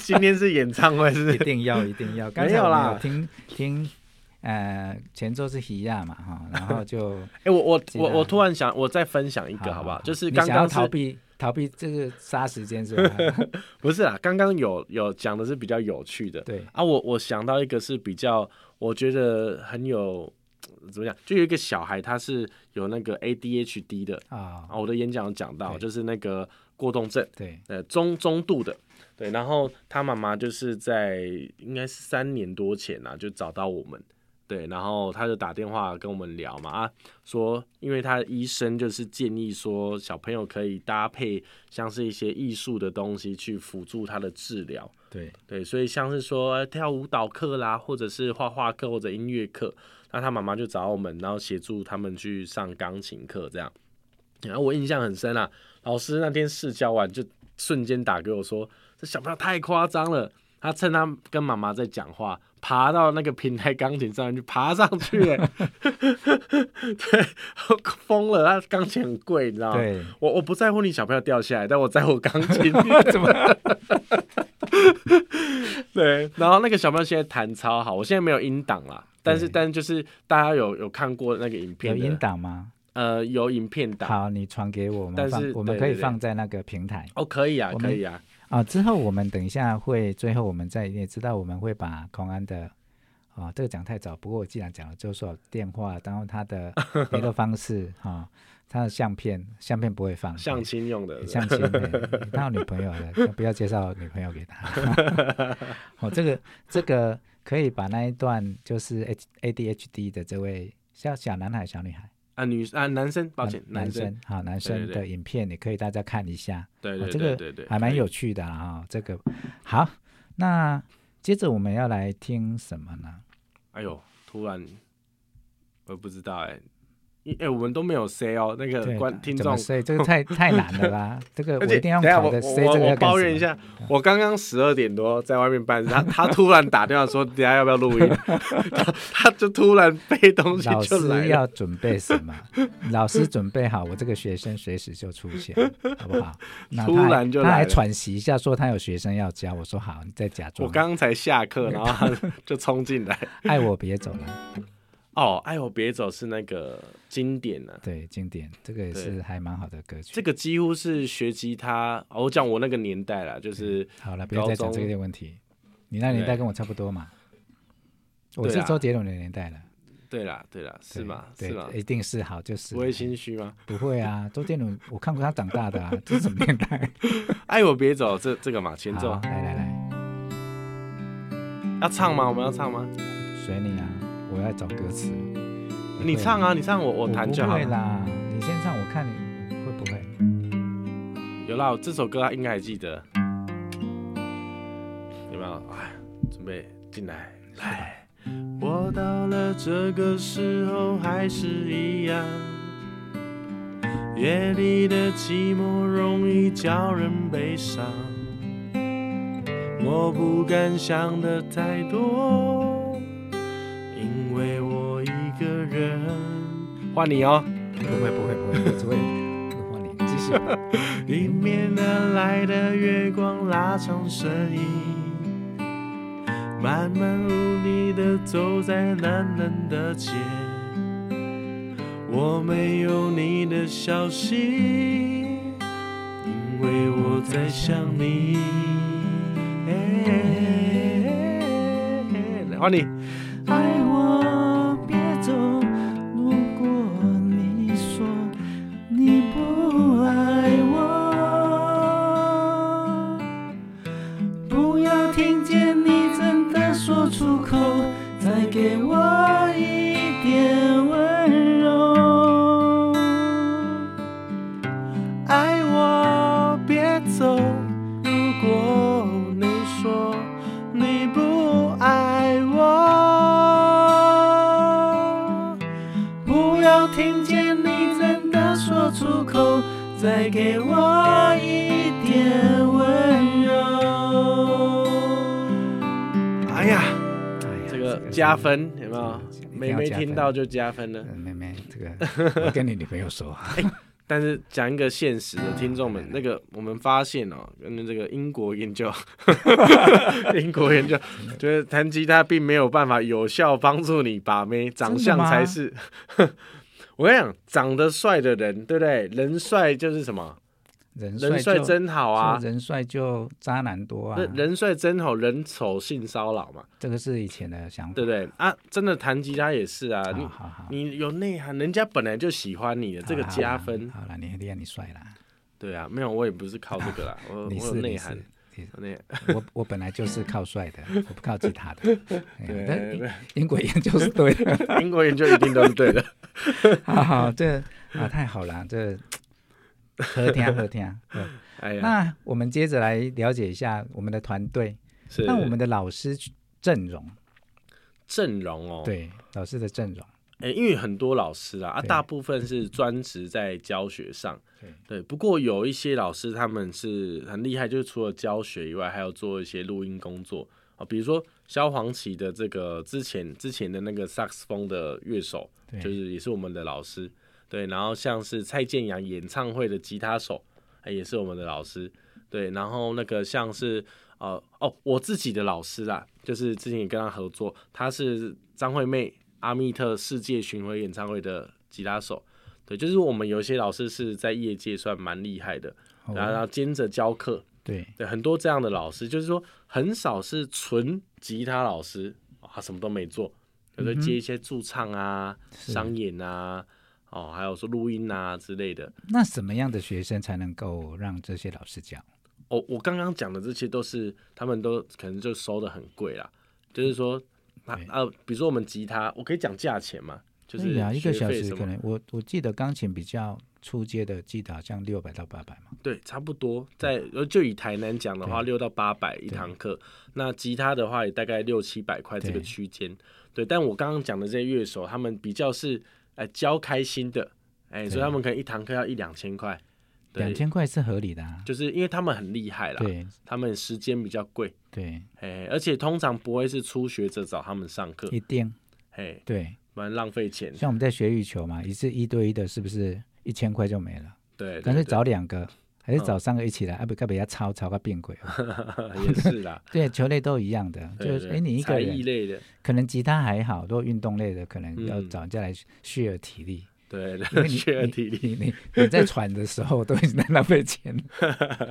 B: 今天是演唱会是 不
A: 一
B: 是？
A: 定要一定要。刚
B: 没
A: 才
B: 有
A: 我
B: 啦
A: 们有听听，呃，前奏是希亚嘛哈，然后就
B: 哎，我我
A: 记得
B: 我我突然想，我再分 享一个好不好？就是刚
A: 你想要
B: 刚
A: 逃
B: 是
A: 避逃避这个杀时间是 吧？
B: 不是啊？刚刚有有讲的是比较有趣的，
A: 对，
B: 啊，我我想到一个是比较，我觉得很有怎么讲，就有一个小孩他是有那个 ADHD 的。
A: 啊
B: 啊，我的演讲有讲到，
A: 对
B: 就是那个过动症，
A: 对，
B: 呃，中中度的，对。然后他妈妈就是在应该是三年多前啊，就找到我们，对。然后他就打电话跟我们聊嘛，啊，说因为他的医生就是建议说，小朋友可以搭配像是一些艺术的东西去辅助他的治疗，
A: 对
B: 对，所以像是说呃跳舞蹈课啦，或者是画画课或者音乐课，那他妈妈就找我们，然后协助他们去上钢琴课这样。然后我印象很深啊，老师那天试教完就瞬间打给我说，这小朋友太夸张了。他趁他跟妈妈在讲话，爬到那个平台钢琴上面去，爬上去了， 对，疯了。他钢琴很贵，你知道吗？
A: 对，
B: 我我不在乎你小朋友掉下来，但我在乎钢琴。
A: 怎么？
B: 对，然后那个小朋友现在弹超好，我现在没有音档啦，但是
A: 对
B: 但是就是大家有有看过那个影
A: 有
B: 片的
A: 音档吗？
B: 呃，有影片档
A: 好，你传给我
B: 但
A: 们
B: 是
A: 放，我们
B: 对
A: 可以
B: 对对
A: 放在那个平台
B: 哦，可以啊，
A: 我们
B: 可以啊，
A: 啊。之后我们等一下会，最后我们再也知道我们会把公安的啊，这个讲太早，不过我既然讲了，就是说电话，然后他 的联络方式啊，他的相片，相片不会放，
B: 相亲用的，
A: 相亲、欸，他有女朋友了，不要介绍女朋友给他。 哦，这个这个可以把那一段就是 H A D H D 的这位小小男孩、小女孩，
B: 啊，女啊，男生，抱歉，
A: 男
B: 生，
A: 生好男
B: 对
A: 生
B: 对
A: 的影片，也可以大家看一下，
B: 对
A: 哦
B: 对
A: 这
B: 对
A: 个
B: 对对，
A: 还蛮
B: 可以
A: 有趣的啊、哦。这个好，那接着我们要来听什么呢？
B: 哎呦，突然，我不知道哎、因哎、我们都没有 say 哦，那个
A: 对，
B: 观听
A: 怎么
B: 众。
A: say 这个太太难了 啦，这个我一定要
B: 等一下
A: 考
B: 我
A: 的 say
B: 我
A: 这个
B: 我
A: 要干
B: 抱
A: 什
B: 怨
A: 么
B: 一下，我刚刚十二点多在外面办事，他他突然打电话说，等一下要不 要录音？他他就突然背东西
A: 老
B: 就来
A: 师
B: 了。
A: 要准备什 么？老师准备好，我这个学生随时就出现，好 不好？那
B: 突
A: 他还
B: 然就
A: 他
B: 来
A: 还
B: 了
A: 喘息一下，说他有学生要教。我说好，你再假装。
B: 我刚才下课，然后他就冲进来。
A: 爱我别走了，
B: 哦，哎呦，别走是那个经典呢、啊，
A: 对，经典，这个也是还蛮好的歌曲
B: 这。个几乎是学吉他。哦我讲我那个年代啦，就是
A: 好了，不要再讲
B: 高
A: 这
B: 中
A: 个问题。你那年代跟我差不多嘛，我
B: 对
A: 是
B: 啊
A: 周杰伦的年代了，
B: 对啦，对啦，是
A: 对
B: 吗？
A: 对
B: 是吗，？
A: 一定是好，就是
B: 不会心虚吗？
A: 不会啊。周杰伦，我看过他长大 的啊，这是什么年代？
B: 哎呦，别走，这这个嘛，前奏
A: 好，来来来，
B: 要唱吗？我们要唱吗？
A: 随你啊，我要找歌词。
B: 你
A: 会
B: 唱啊，你唱我我弹就好
A: 不会
B: 了。
A: 啦，你先唱，我看你会不会。
B: 有啦，这首歌他应该还记得。有没有？哎，准备进来，来。我到了这个时候还是一样，夜里的寂寞容易叫人悲伤。我不敢想的太多，因为我一个人。换你哦。
A: 不会不会不会，我只会模仿你。继续，
B: 迎面而来的月光拉长身影，漫漫无力的走在冷冷的街。我没有你的消息，因为我在想你。哎换你，
A: 爱我别走。如果你说你不爱我，不要听见你真的说出口，再给我一点温柔。
B: 爱我别走。如果你说你不爱我，
A: 不要听见你真的说出口，再给我一点温柔。
B: 哎呀，
A: 哎呀
B: 这个加，分有没有
A: 这个？
B: 妹妹听到就加分了
A: 这。个呃妹妹，这个我跟你女朋友 说，
B: 但是讲一个现实的，听众们，那个我们发现哦，跟这个英国研究， 英国研究觉得弹吉他并没有办法有效帮助你把妹，长相才是。 我跟你讲，长得帅的人，对不对？人帅就是什么？
A: 人
B: 人帅
A: 帅就
B: 真好啊！
A: 人帅就渣男多啊
B: 那，人帅真好，人丑性骚扰嘛，
A: 这个是以前的想法。
B: 对不对？啊，真的弹吉他也是啊，
A: 好
B: 你
A: 好好，
B: 你有内涵，人家本来就喜欢你的，这个
A: 好啦
B: 加分。
A: 好了，你厉害，你帅啦，
B: 对啊，没有，我也不是靠这个啦，我
A: 你
B: 我
A: 是
B: 有内
A: 你
B: 涵
A: 是，。你
B: 我内
A: 我我本来就是靠帅 的，我不靠其他的。哎呀但
B: 对
A: 英英国研究是对 的。
B: 英国研究一定都是 对的。
A: 好好，这啊太好了，这合听合 听。对
B: 哎呀，
A: 那我们接着来了解一下我们的团队，
B: 是
A: 那我们的老师阵容，
B: 阵容哦，，
A: 对老师的阵容，
B: 哎、诶、因为很多老师啊，啊，
A: 对
B: 大部分是专职在教学上
A: 对。
B: 对，不过有一些老师他们是很厉害，就是除了教学以外，还有做一些录音工作啊，比如说萧煌奇的这个之前之前的那个萨克斯风的乐手，
A: 对
B: 就是也是我们的老师。对，然后像是蔡健雅演唱会的吉他手，哎也是我们的老师。对，然后那个像是呃哦，我自己的老师啦，就是之前也跟他合作，他是张惠妹阿密特世界巡回演唱会的吉他手。对，就是我们有一些老师是在业界算蛮厉害的，
A: 哦
B: 然后然后兼着教课，
A: 对
B: 对，很多这样的老师，就是说很少是纯吉他老师，哦他什么都没做，有时候接一些驻唱啊、商演啊，哦，还有说录音啊之类的。
A: 那什么样的学生才能够让这些老师教？
B: 哦，我刚刚讲的这些都是他们都可能就收的很贵啦，就是说，啊
A: 对
B: 啊，比如说我们吉他，我可以讲价钱嘛，就
A: 可
B: 是
A: 以啊，一个
B: 学
A: 小
B: 费
A: 时
B: 什
A: 可
B: 么
A: 能我我记得钢琴比较初阶的，记得好像六百到八百嘛。
B: 对，差不多在呃就以台南讲的话，六到八百一堂课。那吉他的话也大概六七百块这个
A: 对
B: 区间。对，但我刚刚讲的这些乐手，他们比较是哎教开心的，哎，所以他们可能一堂课要一两千块。对
A: 两，千块是合理的啊。
B: 就是因为他们很厉害啦，
A: 对
B: 他们时间比较贵，
A: 对，
B: 哎，而且通常不会是初学者找他们上课，
A: 一定
B: 哎，
A: 对。
B: 蛮浪费钱。
A: 像我们在学羽球嘛，一次一对一的，是不是一千块就没了？
B: 对，
A: 干脆
B: 对嗯
A: 找两个，还是找三个一起来，啊不，该不要抄抄个变鬼。
B: 对 也是啦，
A: 对，球类都一样的， 就
B: 对
A: 是
B: 对
A: 哎，你一个
B: 才艺
A: 人
B: 类的，
A: 可能吉他还好，如果运动类的，可能要
B: 嗯
A: 找人家来 share 体力，
B: 对，
A: 因 为你
B: 学了 体力。
A: 你你你你在喘的时候都已经在浪费钱了。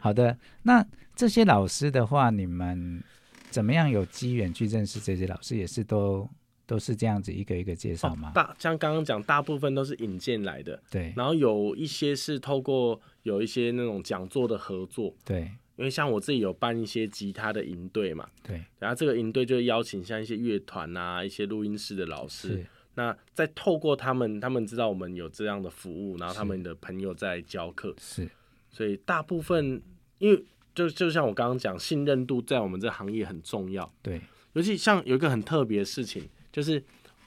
A: 好的，那这些老师的话，你们怎么样有机缘去认识这些老师？也是都都是这样子一个一个介绍吗？
B: 大像刚刚讲，大部分都是引荐来的，
A: 对
B: 然后有一些是透过有一些那种讲座的合作，
A: 对
B: 因为像我自己有办一些吉他的营队嘛，
A: 对，
B: 然后这个营队就邀请像一些乐团啊、一些录音室的老师，
A: 是
B: 那再透过他们，他们知道我们有这样的服务，然后他们的朋友在教课，
A: 是，
B: 所以大部分因为就就像我刚刚讲，信任度在我们这行业很重要，
A: 对
B: 尤其像有一个很特别的事情，就是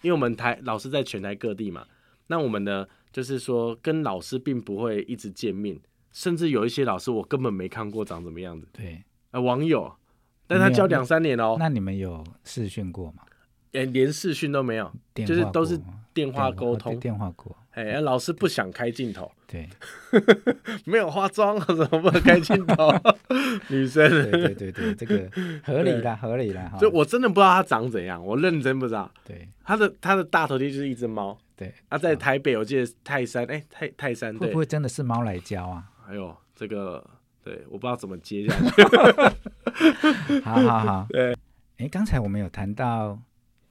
B: 因为我们台老师在全台各地嘛，那我们呢，就是说跟老师并不会一直见面，甚至有一些老师我根本没看过长什么样子，
A: 对。
B: 呃，网友，但他教两三年哦、
A: 那你们有试训过吗？
B: 连连视讯都没有，
A: 电
B: 就是
A: 话
B: 都
A: 过
B: 是
A: 吗
B: 电话沟
A: 哦
B: 通，
A: 电话过，
B: 哎、老师不想开镜头，
A: 对
B: 没有化妆，啊怎么不能开镜头？
A: 对
B: 女 生，
A: 对对对，这个合理啦，合理啦哈。
B: 就我真的不知道他长怎样，我认真不知道，
A: 对
B: 他的他的大头贴就是一只猫。
A: 对，
B: 啊，在台北我记得泰山，哎、泰泰山
A: 会
B: 对
A: 不，会真的是猫来教啊？
B: 还有这个，对，我不知道怎么接下 去。
A: 好好 好。哎，刚才我们有谈到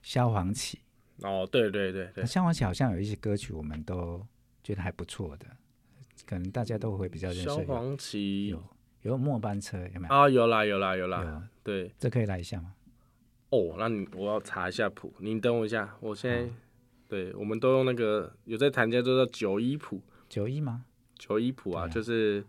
A: 萧煌奇，
B: 哦，对对对对
A: 那，萧煌奇好像有一些歌曲我们都觉得还不错的，可能大家都会比较认识
B: 萧
A: 有。
B: 煌奇
A: 有有末班车有没有？
B: 啊，有啦有啦有啦
A: 有，
B: 对，
A: 这可以来一下吗？
B: 哦，那你我要查一下谱，您等我一下，我现在，对，我们都用那个有在弹家都叫九一谱，
A: 九一吗？
B: 九一谱啊，
A: 对啊
B: 就是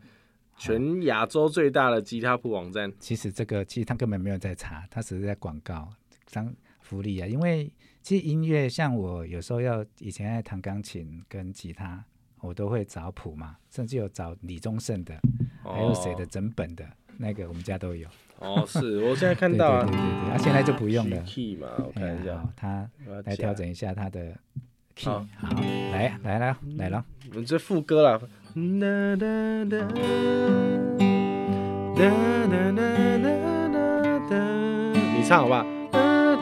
B: 全亚洲最大的吉他谱网站。
A: 其实这个其实他根本没有在查，他只是在广告当福利啊。因为其实音乐像我有时候要以前在弹钢琴跟吉他，我都会找谱嘛，甚至有找李宗盛的，
B: 哦
A: 还有谁的？整本的、那个，我们家都有。
B: 哦，是我现在看到啊
A: 对对对对对，啊，现在就不用了。
B: ，key 嘛，我
A: 哎
B: 看一
A: 呀
B: 下，
A: 好，他
B: 我要
A: 来
B: 加
A: 调整一下他的 key。
B: 好
A: 好，来来来
B: 嗯
A: 来了，
B: 我们这副歌啦，哒哒哒哒哒哒哒哒哒，你唱好吧。哒哒哒哒哒哒哒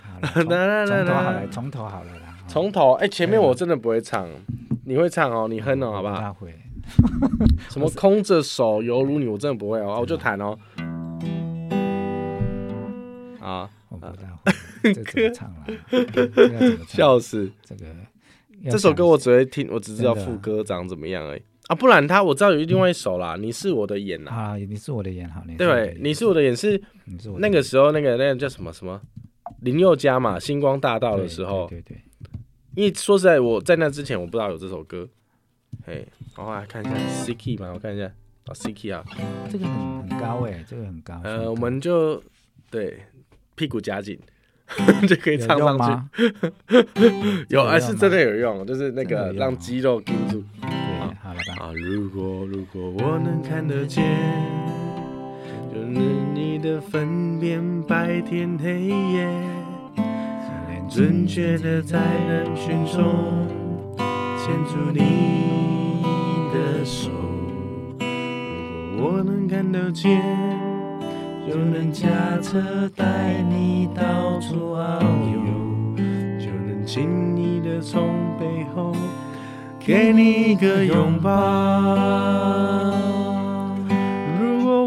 A: 好了，从
B: 来来来
A: 从头好了，从头好
B: 来
A: 了啦。哦
B: 从头。哎、前面我真的不会唱，你会唱哦，你哼哦，好不
A: 不
B: 好？
A: 大会，
B: 什么空着手犹如你，我真的不会哦，我就弹哦。啊，
A: 啊我不大会，这怎么唱啦？这要怎么唱？
B: 笑死！
A: 这个要
B: 这首
A: 想
B: 歌我只会听，我只知道
A: 真的啊
B: 副歌长怎么样而已啊，不然他我知道有另外一首啦，你是我的眼啊，
A: 嗯啊，你是我的眼好，你是我的
B: 对
A: 眼，
B: 你是我的眼是
A: 你是我的
B: 那个
A: 眼
B: 时候那个那个叫什么什么林宥嘉嘛，星光大道的
A: 对
B: 时候，
A: 对对对，
B: 因为说实在我在那之前我不知道有这首歌，哎，然后来看一下 C K 嘛，我看一下啊 C K 啊，
A: 这个很很高哎，这个很高。这个很
B: 呃，
A: 高
B: 我们就对屁股夹紧 就可以
A: 有
B: 唱
A: 用
B: 上去。
A: 吗？
B: 有，哎，
A: 有
B: 是
A: 吗
B: 真的有用，就是那
A: 真的
B: 个
A: 有用
B: 让
A: 哦
B: 肌肉盯住
A: 对，好了吧，
B: 啊。如果如果我能看得见，就是你的分辨白天黑夜，准确的在人群中牵住你的手。如果我能看得见，就能驾车带你到处遨游，就能轻易的从背后。给你一个拥抱。如果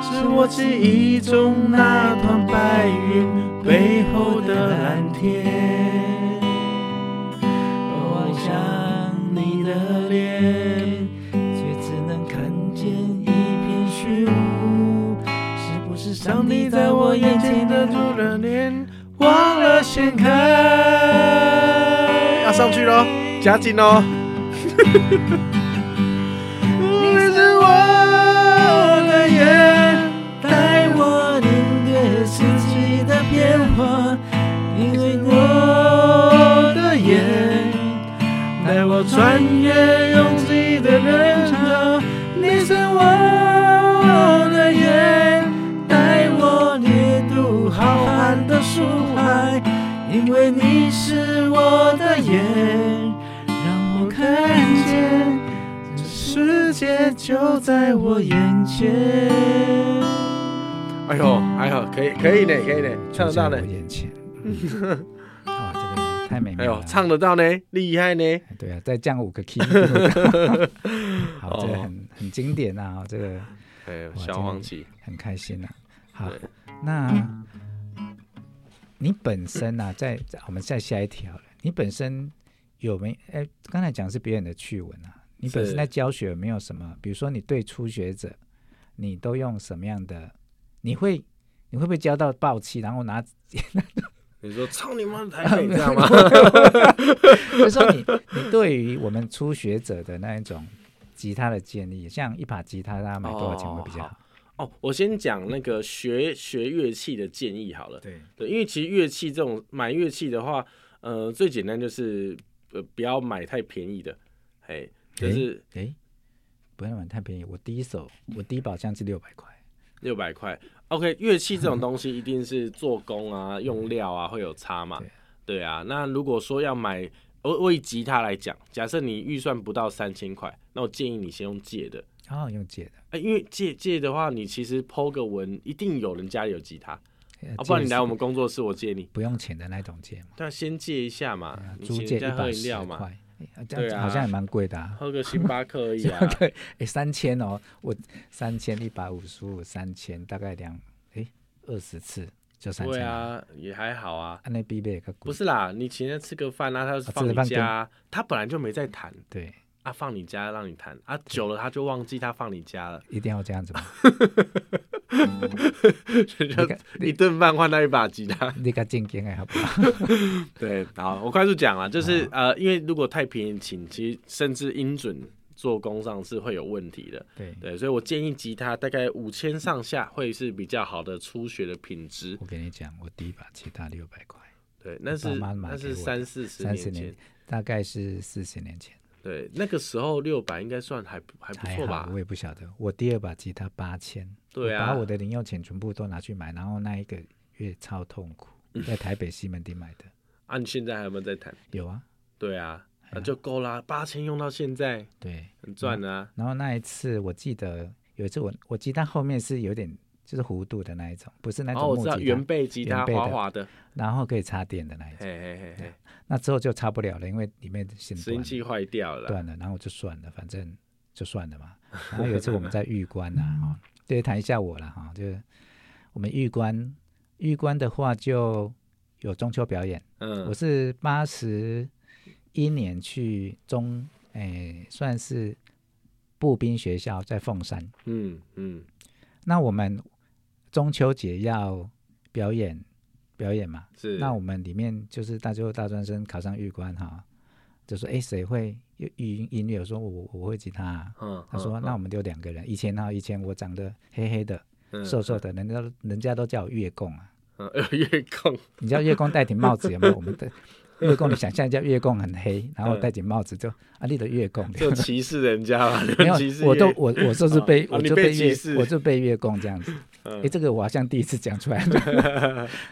B: 是我记忆中那团白云背后的蓝天。我想你的脸，却只能看见一片虚无。是不是上帝在我眼前的住了脸，忘了掀开？要上去喽，加紧喽！你是我的眼，带我领略四季的变化。你是我的眼，带我穿越拥挤的人潮。你是我的眼，带我阅读浩瀚的书海。因为你是我的眼，让我看见这世界就在我眼 前。哎呦，哎呦，可以，可以呢，可以呢，唱得到
A: 在
B: 呢
A: 我。眼前。哇，这个太美
B: 哎
A: 妙
B: 呦，
A: 了。
B: 唱得到呢，厉害呢！
A: 对啊，再降五个 key。好，这个很很经典啊，这个
B: 哎呦，
A: 哇
B: 小黄旗，
A: 很开心啊。好
B: 对，
A: 那你本身啊，在在我们再下一条了。你本身有没？哎，刚才讲是别人的趣闻啊。你本身
B: 是
A: 在教学有没有什么？比如说你对初学者，你都用什么样的？你会你会不会教到爆气，然后拿
B: 你说操你妈的台 北，这样吗？
A: 就是说你你对于我们初学者的那一种吉他的建议，像一把吉他，大家买多少钱会比较好？
B: 哦，我先讲那个学学乐器的建议好了。
A: 对，
B: 对，因为其实乐器这种买乐器的话，呃，最简单就是呃不要买太便宜的，哎，就是
A: 诶，不要买太便宜。我第一手，我第一把好像是六百块，
B: 六百块。OK，乐器这种东西一定是做工啊、用料啊会有差嘛
A: 对。
B: 对啊，那如果说要买，我我以吉他来讲，假设你预算不到三千块，那我建议你先用借的。
A: 然后哦用借的，
B: 哎，因为借借的话，你其实剖个文，一定有人家里有吉他，啊，
A: 呃
B: 不然你
A: 借
B: 来
A: 是
B: 我们工作室，我借你。
A: 不用钱的那种借嘛，
B: 但先借一下嘛，嗯你
A: 啊租
B: 请
A: 借
B: 人
A: 一
B: 家喝
A: 百
B: 饮
A: 十
B: 料嘛，
A: 块，诶这样
B: 对
A: 子
B: 啊
A: 好像也蛮贵的、啊。
B: 喝个星巴克而已 啊。
A: 对，哎，三千哦，我三千一百五十五，三千大概两哎二十次就 三
B: 对
A: 千，
B: 啊，也还好啊。
A: 啊，那必备个
B: 不
A: 贵，
B: 是啦，你请人家吃个饭啊，他就是
A: 啊
B: 放
A: 吃
B: 你
A: 个饭
B: 家啊、他本来就没在弹
A: 对，
B: 啊，放你家让你弹啊，久了他就忘记他放你 家了，
A: 一定要这样子 嘛。
B: 就
A: 看
B: 一顿饭换到一把吉他。
A: 你个正经的好不好？
B: 对，好，我快速讲啊，就是呃，因为如果太便宜请，其实甚至音准做工上是会有问题的。
A: 对，
B: 对，所以我建议吉他大概五千上下会是比较好的初学的品质。
A: 我跟你讲，我第一把吉他六百块，
B: 对，那是
A: 爸妈买
B: 那
A: 给
B: 是
A: 我的
B: 三四十
A: 三十
B: 年
A: 年
B: 前，，
A: 大概是四十年前，
B: 对，那个时候六百应该算还不还不
A: 还
B: 错吧
A: 好，？我也不晓得。我第二把吉他八千，
B: 对
A: 我
B: 啊
A: 把我的零用钱全部都拿去买，然后那一个月超痛苦，在台北西门町买的，
B: 啊，你现在还有没有在弹？
A: 有啊，
B: 对啊，那就够啦，八千用到现在
A: 对。
B: 很赚啊。
A: 然后那一次我记得有一次我我鸡蛋后面是有点就是弧度的那一种，不是那
B: 然
A: 种
B: 后哦我
A: 木
B: 知
A: 吉
B: 道
A: 他，
B: 原贝吉他
A: 原贝的
B: 滑滑的，
A: 然后可以插电的那一种。
B: 嘿嘿嘿嘿，
A: 那之后就插不了了，因为里面的线
B: 收
A: 断
B: 音
A: 了
B: 机坏掉了啦，
A: 断了，然后我就算了，反正就算了嘛。然后有一次我们在玉 关呐、
B: 嗯
A: 哈、对，谈一下我了哈、就是我们玉关，玉关的话就有中秋表演，
B: 嗯
A: 我，是八十一年去中，诶，算是步兵学校在凤山。
B: 嗯嗯，
A: 那我们中秋节要表演表演嘛，
B: 是。
A: 那我们里面就是大舅大专生考上玉官哈，就说哎谁会乐音音乐？我说我我我会吉他、啊。
B: 嗯，
A: 他说：“那我们就两个人，以前哈，啊以前我长得黑黑的、
B: 们
A: 瘦瘦的，人家都人家都叫我月供啊。
B: 月供，
A: 你知道月供戴顶帽子有没有？我 们的月供，你想象一下，月供很黑，然后
B: 嗯
A: 戴顶帽子就啊，你的月供。
B: 就歧视人家嘛，
A: 没有
B: 歧视，
A: 我都
B: 月
A: 我我就是被
B: 啊
A: 我
B: 你
A: 就
B: 被
A: 月
B: 歧视
A: 我就被月供这样子。
B: 嗯
A: 诶，这个我好像第一次讲 出来，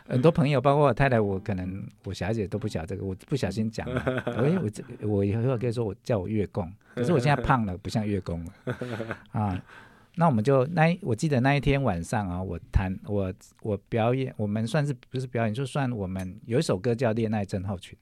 A: 很多朋友包括我太太，我可能我小姐都不晓得这个，我不小心讲了。诶，我这我以后可以说我叫我月供，可是我现在胖了，不像月供了啊。那我们就那一我记得那一天晚上啊，我弹我我表演，我们算是不是表演，就算我们有一首歌叫《恋爱症候群》，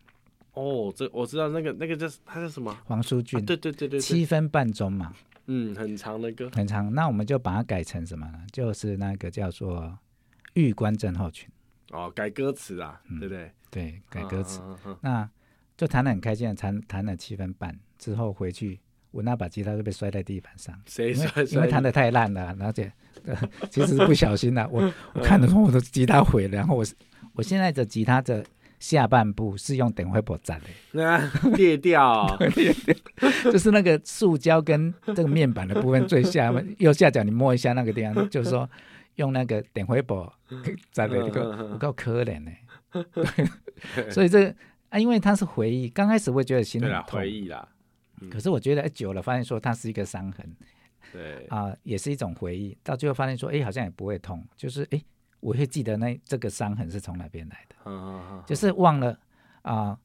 B: 哦，这我知道那个那个叫他叫什么？
A: 黄舒
B: 啊
A: 骏、
B: 对对对对对，
A: 七分半钟嘛。
B: 嗯，很长的歌，
A: 很长，那我们就把它改成什么呢？就是那个叫做“玉关症候群
B: 哦，改歌词啊，对不对？”，
A: 对，嗯改歌词。
B: 嗯，嗯嗯
A: 那就弹得很开心地弹弹了七分半之后回去，我那把吉他就被摔在地板上，
B: 谁
A: 因
B: 说
A: 为因为弹
B: 的？
A: 得太烂了，而且、呃、其实是不小心的、我我看得出我的吉他毁了，然后我是我现在的吉他的下半部是用等会波粘的，
B: 那裂掉，
A: 就是那个塑胶跟这个面板的部分最下 面右下角，你摸一下那个地方，就是说用那个等回波粘的这个。
B: 嗯
A: 我
B: 嗯
A: 够可怜呢、 所以这个啊，因为它是回忆，刚开始会觉得心
B: 对
A: 很
B: 啦，
A: 痛
B: 回，忆嗯啦，
A: 可是我觉得、哎久了，发现说它是一个伤痕
B: 对，
A: 啊、也是一种回忆。到最后发现说，哎，好像也不会痛，就是哎，我会记得那这个伤痕是从哪边来的，
B: 嗯嗯嗯，
A: 就是忘了啊，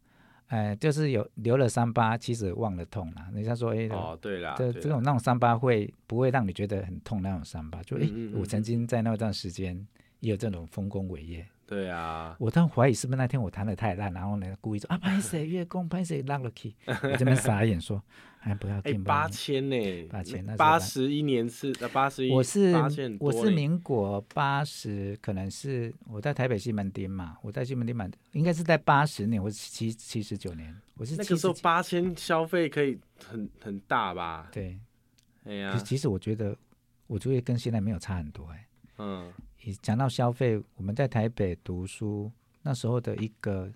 A: 呃，就是有留了伤疤，其实忘了痛了。人家说，哎，
B: 哦，对啦，
A: 这
B: 对
A: 这
B: 啦
A: 种那种伤疤会不会让你觉得很痛？那种伤疤，就哎，
B: 嗯嗯嗯
A: 我曾经在那段时间也有这种丰功伟业。
B: 对啊，
A: 我当怀疑是不是那天我弹的太烂，然后呢故意说啊拍 谁月供拍谁浪了 key，我这边傻眼说哎不要
B: 哎，
A: 听
B: 八千呢，
A: 8000那时候
B: 八十一年是呃八十一，
A: 我是
B: 八千很多
A: 我
B: 呢
A: 是民国八十，可能是我在台北西门町嘛，我在西门町买的，应该是在八十年，我是七七十九年，我是
B: 那
A: 七
B: 个时
A: 十
B: 候八千消费可以很很大吧？
A: 对，
B: 哎
A: 可
B: 呀
A: 是，其实我觉得我就业跟现在没有差很多哎、
B: 嗯，
A: 一讲到消费，我们在台北读书那时候的一个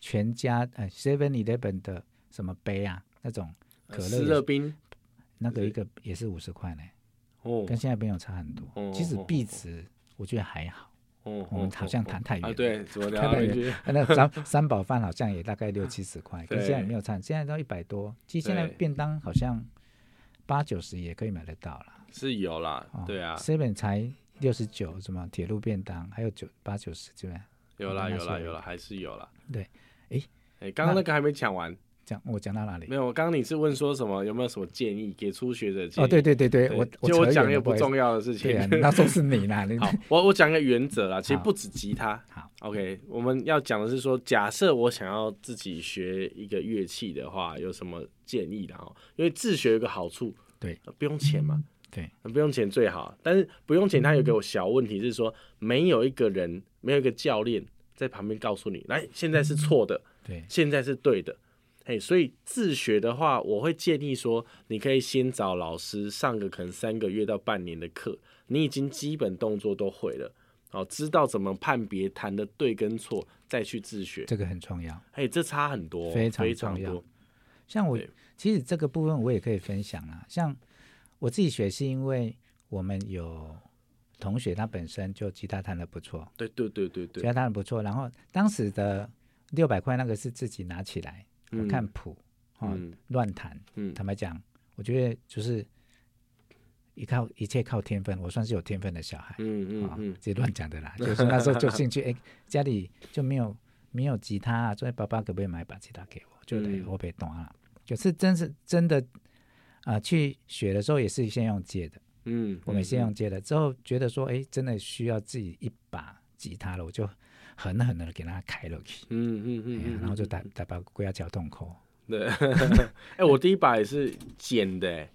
A: 全家呃 Seven Eleven 的什么杯啊那种可乐
B: 呃湿
A: 也
B: 热
A: 是
B: 冰
A: 那个
B: 是
A: 一个也是五十块呢，
B: 哦
A: 跟现在没有差很多
B: 哦。
A: 其实
B: 哦
A: 币值我觉得还好，
B: 哦，
A: 我们好像谈太
B: 哦
A: 远
B: 啊，
A: 了。
B: 对，怎么
A: 太
B: 聊
A: 太
B: 回 去？
A: 那三三宝饭好像也大概六七十块，跟
B: 对
A: 现在也没有差，现在都一百多。其实现在
B: 对
A: 便当好像八九十也可以买得到了。
B: 是有啦
A: 哦，
B: 对啊，
A: ，seven 才六十九，什么铁路便当还有九八九十，对不对？
B: 有啦，
A: 那
B: 有啦，
A: 是
B: 有啦，还是有啦。
A: 对，
B: 哎
A: 诶
B: 哎，刚刚那个还没讲完，
A: 讲我讲到哪里
B: 没？有，刚刚你是问说什么？有没有什么建议给初学者建议？
A: 哦，对对对对，我
B: 就我
A: 扯
B: 讲一
A: 远了
B: 个不。
A: 好意
B: 重
A: 思
B: 要的事情
A: 对。啊，那时候是你啦，你
B: 好，我我讲一个原则啦，其实
A: 好
B: 不止吉他。
A: 好
B: ，OK，我们要讲的是说，假设我想要自己学一个乐器的话，有什么建议的哦？因为自学有个好处，
A: 对
B: 呃不用钱嘛，
A: 对嗯
B: 呃，不用钱最好。但是不用钱，它有个小问题是说，没有一个人，没有一个教练在旁边告诉你，来，现在是错的，
A: 对
B: 现在是对的。嘿，所以自学的话，我会建议说，你可以先找老师上个可能三个月到半年的课，你已经基本动作都会了，哦，知道怎么判别弹的对跟错，再去自学。
A: 这个很重要。
B: 嘿，这差很多，哦非
A: 非常重要
B: 多。
A: 像我
B: 对
A: 其实这个部分我也可以分享啦。像我自己学是因为我们有同学他本身就吉他弹的不错，
B: 对对对对
A: 吉
B: 对，
A: 他弹的不错，然后当时的六百块那个是自己拿起来，
B: 嗯
A: 我看谱，哦
B: 嗯
A: 乱弹。
B: 嗯，
A: 坦白讲，我觉得就是一靠一切靠天分，我算是有天分的小孩。
B: 嗯嗯
A: 啊，
B: 嗯，
A: 这乱讲的 啦，就是那时候就兴趣，哎、家哎里就没有没有吉他、啊，所以爸爸可不可以买把吉他给我？就
B: 嗯
A: 得我被懂啊。有次真是真的啊、呃去学的时候也是先用借的，
B: 嗯，
A: 我们先
B: 嗯
A: 用借的，之后觉得说，哎，真的需要自己一把吉他了，我就狠狠的给它开了去，
B: 嗯嗯
A: 哎
B: 嗯
A: 呀
B: 嗯，
A: 然后就
B: 嗯
A: 打打把龟啊脚洞口，
B: 对， 哎，我第一把也是捡的欸，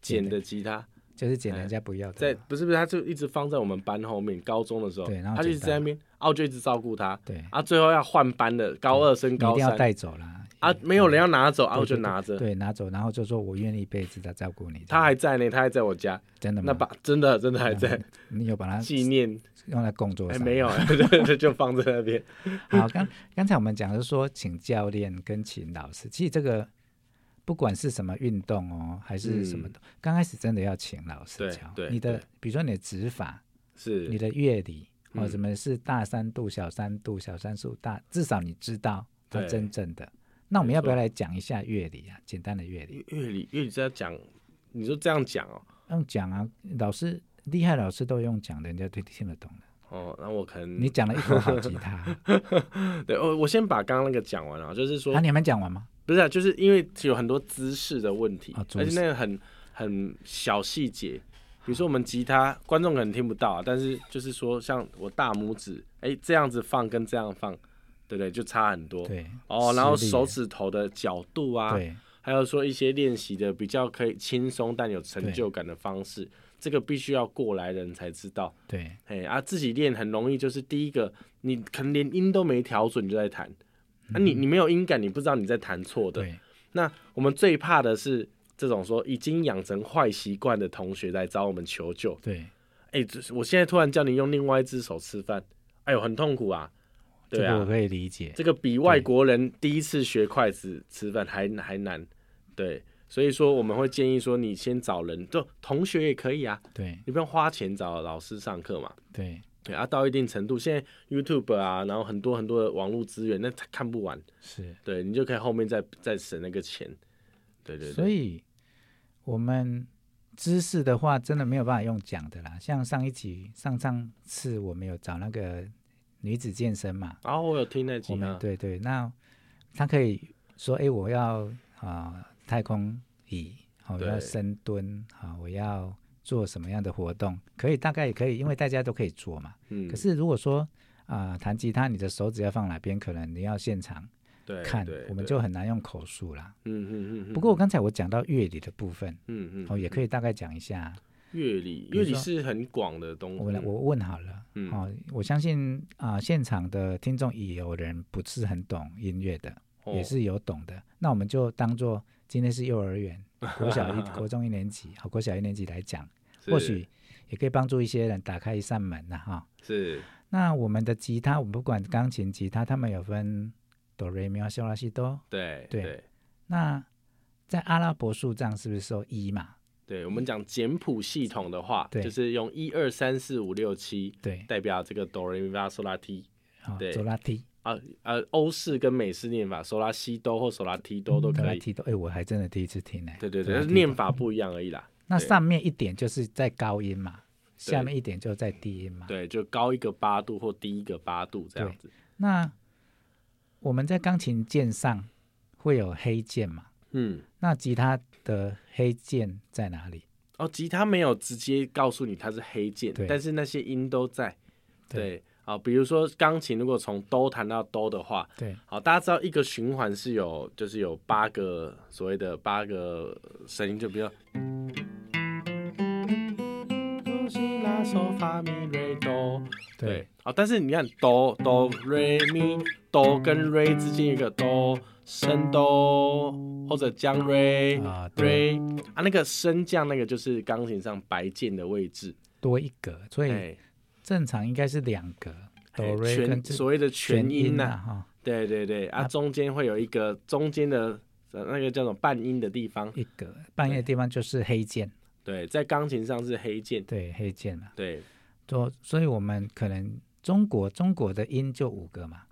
B: 捡的吉他，
A: 就是捡
B: 哎
A: 人家不要
B: 在
A: 的嘛，
B: 不是不是，他就一直放在我们班后面，高中的时候，
A: 对然后
B: 他就一直
A: 捡到
B: 在那边，啊，我就一直照顾他，
A: 对，
B: 啊，最后要换班的，高二升
A: 你一
B: 高
A: 定要
B: 三，
A: 带走啦，
B: 啊，没有人要拿走，啊，
A: 对
B: 我就
A: 对
B: 拿着，
A: 对，拿走，然后就说我愿意一辈子的照顾你，
B: 他还在呢，他还在我家，
A: 真的吗？
B: 那把真的真的还
A: 那
B: 在
A: 你有把它
B: 纪念，
A: 用在工作
B: 哎，
A: 上？
B: 没有，就 就放在那边，
A: 好，刚刚才我们讲的是说，请教练跟请老师，其实这个不管是什么运动哦，还是什么
B: 嗯
A: 的，刚开始真的要请老
B: 对
A: 师教。
B: 对
A: 你的
B: 对，
A: 比如说你的指法、你
B: 是，
A: 的乐理，哦，
B: 嗯
A: 什么是大三度、小三度、小三度大，至少你知道它
B: 对
A: 真正的。那我们要不要
B: 没嗯
A: 来讲一下乐理啊？简单的乐理，
B: 乐理乐理在讲，你就这样讲哦，
A: 用讲啊，老师厉害，老师都用讲的，人家都听得懂的。
B: 哦，那我可能
A: 你讲了一口好吉 他，
B: 对，我我先把刚刚那个讲完啊，就是说
A: 啊，，你还没讲完吗？
B: 不是、啊，就是因为有很多姿势的问题，
A: 啊姿势
B: 而且那个很很小细节，比如说我们吉他，观众可能听不到、啊，但是就是说，像我大拇指，哎、这样子放跟这样放，对不对？就差很多。
A: 对，
B: 哦，然后
A: 实力
B: 手指头的角度啊，
A: 对
B: 还有说一些练习的比较可以轻松但有成就感的方式，这个必须要过来人才知道。
A: 对
B: 哎啊，自己练很容易，就是第一个，你可能连音都没调准就在弹，啊你你没有音感，你不知道你在弹错的。
A: 嗯对，
B: 那我们最怕的是这种说已经养成坏习惯的同学来找我们求救。
A: 对，
B: 哎、这是我现在突然叫你用另外一只手吃饭，哎呦，很痛苦啊。对
A: 这个
B: 啊
A: 我，可以理解。
B: 这个比外国人第一次学筷子吃饭还还难。对，所以说我们会建议说，你先找人，就同学也可以啊，
A: 对
B: 你不用花钱找老师上课嘛。
A: 对，
B: 对啊，到一定程度，现在 YouTube 啊，然后很多很多的网络资源，那看不完，
A: 是，
B: 对你就可以后面再再省那个钱。对对对，
A: 所以我们知识的话，真的没有办法用讲的啦。像上一集、上上次我们有找那个女子健身嘛，
B: 然后我有听那集
A: 我们
B: 啊，
A: 哦对对，那她可以说：“哎，我要啊、太空椅，好、我要
B: 对
A: 深蹲，好、我要做什么样的活动？”可以，大概也可以，因为大家都可以做嘛。
B: 嗯，
A: 可是如果说啊、弹吉他，你的手指要放哪边，可能你要现场
B: 对
A: 看
B: 对，
A: 我们
B: 对
A: 就很难用口述啦。
B: 嗯嗯嗯嗯，
A: 不过刚才我讲到乐理的部分，
B: 嗯嗯，
A: 哦，也可以大概讲一下。
B: 乐理，
A: 比
B: 乐
A: 如
B: 理
A: 说
B: 是很广的东西，
A: 我来，
B: 嗯
A: 我问好了，
B: 嗯
A: 哦，我相信啊、现场的听众也有人不是很懂音乐的，
B: 哦
A: 也是有懂的。那我们就当做今天是幼儿 园、国小一、国中一年级，好，国小一年级来讲，
B: 是
A: 或许也可以帮助一些人打开一扇门呐、哈、
B: 是
A: 那我们的吉他，我们不管钢琴、吉他，他们有分哆、瑞、咪、发、嗦、拉、西、哆。
B: 对
A: 对
B: 对
A: 那在阿拉伯数账是不是说一嘛？
B: 对，我们讲简谱系统的话，
A: 对
B: 就是用一二三四五六七
A: 对，
B: 代表这个哆来咪发嗦拉提。
A: 好、
B: 对
A: 左拉提。
B: 啊呃，欧式跟美式念法，索拉西哆或索拉提哆都
A: 哆
B: 可
A: 来
B: 以。
A: 提哆，哎，我还真的第一次听呢。
B: 对对
A: 哆
B: 对，
A: 来提
B: 但
A: 哆
B: 是念法不一样而已啦。
A: 那
B: 对
A: 上面一点就是在高音嘛，
B: 对
A: 下面一点就在低音嘛。
B: 对，就高一个八度或低一个八度这样子。
A: 那我们在钢琴键上会有黑键嘛？
B: 嗯，
A: 那吉他的黑键在哪里？
B: 哦，吉他没有直接告诉你它是黑键
A: 对，
B: 但是那些音都在。
A: 对
B: 对啊，比如说钢琴如果从哆弹到哆的话，
A: 对
B: 好，大家知道一个循环是有就是有八个所谓的八个声音，就比如说。哆西拉嗦发咪瑞哆，对，，好、但是你看哆哆瑞咪哆跟瑞之间有一个哆升哆或者降瑞
A: 啊对
B: 瑞啊，那个升降那个就是钢琴上白键的位置，
A: 多一格，所以
B: 哎，
A: 正常应该是两格，哆
B: 哎
A: 瑞跟
B: 全
A: 这
B: 所谓的全音啊呐、
A: 呐哈，
B: 对对对啊，
A: 啊
B: 中间会有一个中间的呃那个叫做半音的地方，
A: 一格半夜的地方就是黑键，
B: 对，在钢琴上是黑键，
A: 对黑键嘛。
B: 对，
A: 所所以我们可能中国中国的音就五个嘛，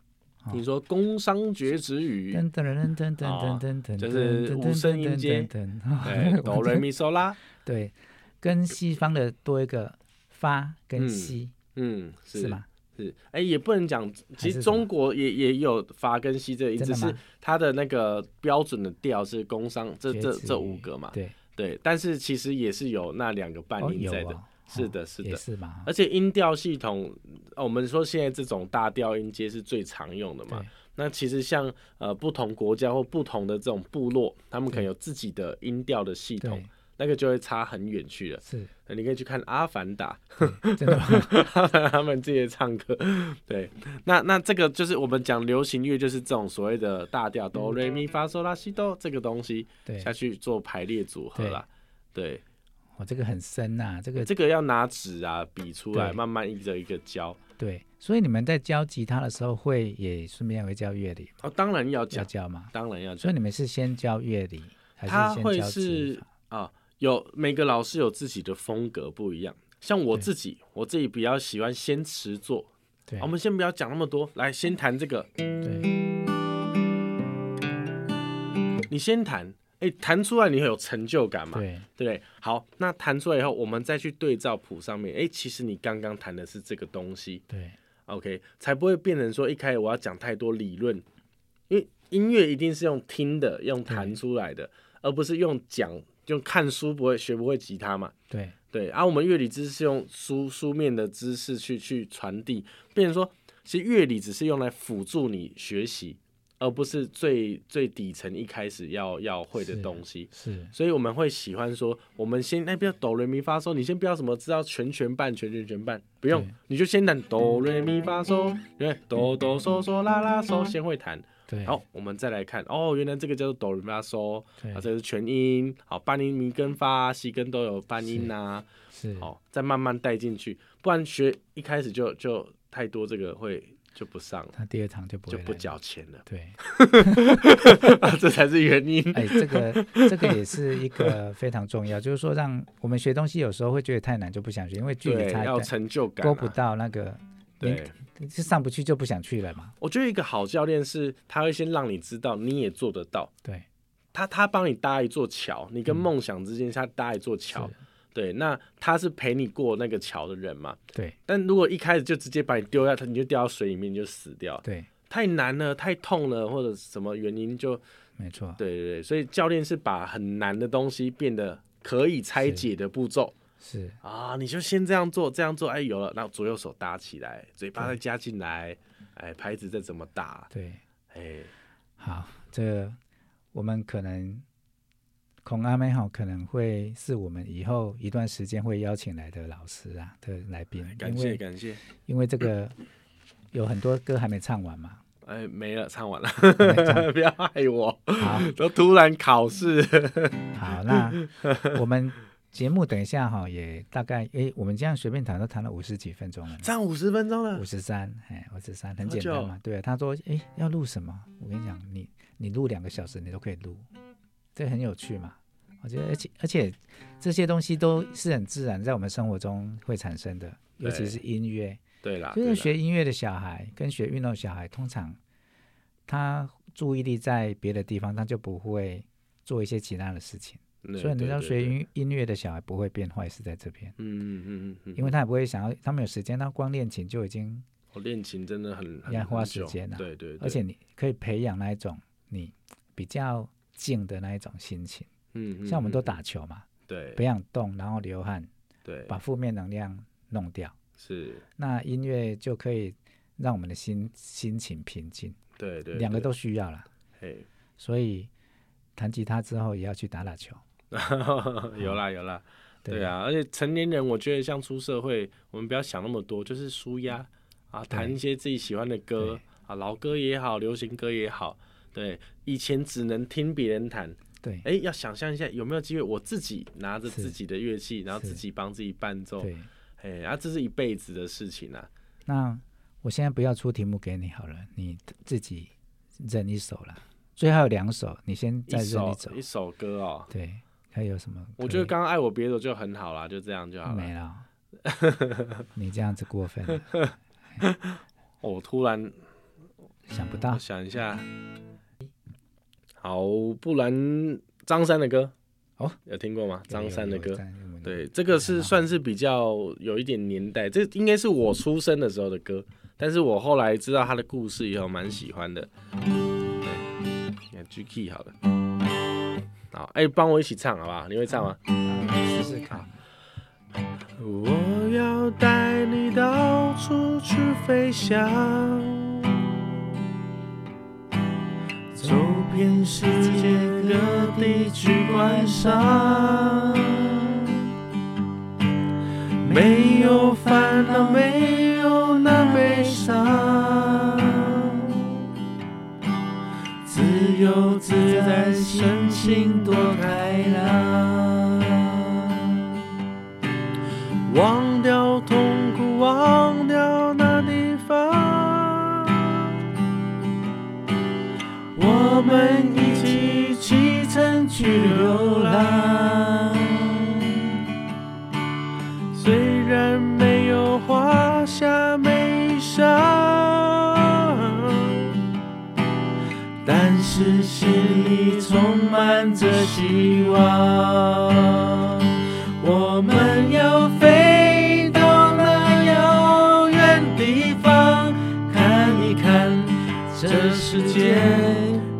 A: 哦
B: 你说工商角徵羽，
A: 噔噔噔噔噔噔噔噔，
B: 嗯哦就是
A: 噔
B: 五声音阶
A: 噔噔
B: 对，
A: 噔
B: 哎哆瑞咪嗦啦，
A: 对，跟西方的多一个发跟西
B: 嗯，
A: 是
B: 是？
A: 吗？
B: 是，哎、也不能讲，其
A: 还
B: 实
A: 是什么
B: 中国也也有法跟西这个音，
A: 真
B: 只
A: 的
B: 是
A: 吗
B: 它的那个标准的调是工商这
A: 崛
B: 这
A: 起
B: 这五个嘛，
A: 对，
B: 对，但是其实也是有那两个半
A: 哦
B: 音
A: 有
B: 在的，
A: 啊，
B: 是
A: 哦
B: 的，是
A: 也
B: 的。
A: 是嘛，
B: 而且音调系统、呃我们说现在这种大调音阶是最常用的嘛
A: 对。
B: 那其实像呃不同国家或不同的这种部落，他们可能有自己的音调的系统
A: 对，，
B: 那个就会差很远去了。
A: 是
B: 呃你可以去看《阿凡达》，
A: 真的吗？
B: 他们自己唱歌。 对，那那这个就是我们讲流行乐，就是这种所谓的大调哆瑞咪发嗦拉西哆这个东西
A: 嗯对
B: 下，去做排列组合啦。对，
A: 我这个很深呐，这个
B: 这个要拿纸啊笔出来，
A: 对
B: 慢慢一个一个教。
A: 对，所以你们在教吉他的时候会也顺便会教乐理，
B: 哦，当然要
A: 要
B: 讲，
A: 教吗？
B: 当然要
A: 所
B: 讲
A: 以。你们是先教乐理，还
B: 他
A: 是先
B: 会
A: 教指
B: 是
A: 法？
B: 啊，有每个老师有自己的风格不一样。像我自己，我自己比较喜欢先词作。啊
A: 对
B: 我们先不要讲那么多，来先弹这个，
A: 对，
B: 你先弹，哎、弹出来你会有成就感嘛？
A: 对，
B: 对不对？好，那弹出来以后，我们再去对照谱上面，哎，其实你刚刚弹的是这个东西
A: 对，
B: ，OK，才不会变成说一开始我要讲太多理论，因为音乐一定是用听的，用弹出来的，而不是用讲，用看书不会学不会吉他嘛。
A: 对，
B: 对，啊，我们乐理知识是用书书面的知识去去传递，变成说，其实乐理只是用来辅助你学习，而不是最最底层一开始要要会的
A: 是
B: 东西。
A: 是，
B: 所以我们会喜欢说，我们先那不要哆来咪发嗦，你先不要什么知道全全半全全全半，不用
A: 对，嗯
B: 你就先弹哆来咪发嗦，对，哆哆嗦嗦啦啦嗦，先会弹。
A: 对，
B: 好，我们再来看，哦，原来这个叫做哆来咪发嗦，
A: 对
B: 啊，，这个是全音，好，半音咪跟发西跟都有半音呐、
A: 是，
B: 好，再慢慢带进去，不然学一开始就就太多这个会就不上了，
A: 他第二堂就不
B: 就
A: 会
B: 不
A: 来了，
B: 缴钱了
A: 对，
B: 啊这才是原因。
A: 哎，这 个这个也是一个非常重要，就是说让我们学东西有时候会觉得太难就不想学，因为距
B: 对
A: 离，差
B: 要
A: 一
B: 成就感、啊，
A: 勾不到那个，
B: 对。
A: 就上不去就不想去了嘛。
B: 我觉得一个好教练是他会先让你知道你也做得到，
A: 对，
B: 他他帮你搭一座桥，你跟梦想之间他搭一座桥，
A: 是
B: 对，那他是陪你过那个桥的人嘛。
A: 对，
B: 但如果一开始就直接把你丢下，你就掉到水里面你就死掉，
A: 对，
B: 太难了，太痛了，或者什么原因就
A: 没错，
B: 对对对，所以教练是把很难的东西变得可以拆解的步骤。
A: 是，
B: 啊，你就先这样做，这样做，哎，有了，然后左右手搭起来，嘴巴再加进来，哎，拍子再怎么打，
A: 对，
B: 哎，
A: 好，这个我们可能孔阿妹哈，可能会是我们以后一段时间会邀请来的老师啊的来宾，
B: 哎感
A: 因
B: 谢
A: 为
B: 感谢，
A: 因为这个有很多歌还没唱完嘛。
B: 哎，没了，唱完了，
A: 还没唱
B: 不要害我，
A: 好，
B: 都突然考试，
A: 好，那我们节目等一下哈，也大概诶，我们这样随便谈都谈了五十几分钟了。
B: 站五十分钟了
A: 五，十三，哎，五十三，很
B: 好
A: 简单
B: 久
A: 嘛。对，他说，哎，要录什么？我跟你讲，你你录两个小时，你都可以录，这很有趣嘛。我觉得，而且而且这些东西都是很自然在我们生活中会产生的，尤其
B: 对
A: 是音乐，
B: 对啦，
A: 就
B: 啊对
A: 是
B: 啦
A: 学音乐的小孩跟学运动的小孩，通常他注意力在别的地方，他就不会做一些其他的事情。
B: 对
A: 所以你
B: 对
A: 要
B: 对
A: 学
B: 对
A: 音音乐的小孩不会变坏，是在这边，
B: 嗯嗯嗯嗯，
A: 因为他也不会想要，他们有时间，他光练琴就已经，
B: 我练琴真的很很
A: 要花
B: 很
A: 时
B: 久
A: 间啊
B: 对对，对
A: 而且你可以培养那一种你比较静的那一种心情。
B: 嗯，嗯
A: 像我们都，
B: 嗯
A: 打球嘛，
B: 对
A: 培养动，然后流汗，
B: 对，
A: 把负面能量弄掉。
B: 是，
A: 那音乐就可以让我们的心心情平静，
B: 对对，
A: 两个
B: 对，
A: 都需要啦。
B: 嘿
A: 所以弹吉他之后也要去打打球。
B: 有啦有啦，对
A: 对
B: 啊，而且成年人，我觉得像出社会，我们不要想那么多，就是舒压啊，弹一些自己喜欢的歌
A: 对
B: 啊，老歌也好，流行歌也好。对，以前只能听别人弹，
A: 对
B: 哎、要想象一下有没有机会我自己拿着
A: 是
B: 自己的乐器，然后
A: 是
B: 自己帮自己伴奏，
A: 对，
B: 哎，啊，这是一辈子的事情啊。
A: 那我现在不要出题目给你好了，你自己认一首啦。最后有两首，你先
B: 一
A: 再认
B: 首
A: 一首。
B: 一首歌哦，
A: 对，还有什么可以？
B: 我觉得刚刚爱我别走就很好啦，就这样就好了。
A: 没 了。你这样子过分了，
B: 嗯哦我突然
A: 想不
B: 我
A: 到
B: 想一下，好，不然张三的歌，
A: 哦，
B: 有听过吗？张三的歌，，
A: 对
B: 对，这个是算是比较有一点年代，这应该是我出生的时候的歌，但是我后来知道他的故事以后，蛮喜欢的。对，你看 G key 好了，好，哎、帮我一起唱好不好？你会唱吗？
A: 试试看。
B: 我要带你到处去飞翔，走遍世界各地去观赏，没有烦恼，没有那悲伤，自由自在，身心多开朗。忘掉痛苦，忘掉那地方，我们一起启程去流浪。虽然没有华夏美衣裳，但是心里充满着希望。我们要飞到那遥远地方，看一看这世界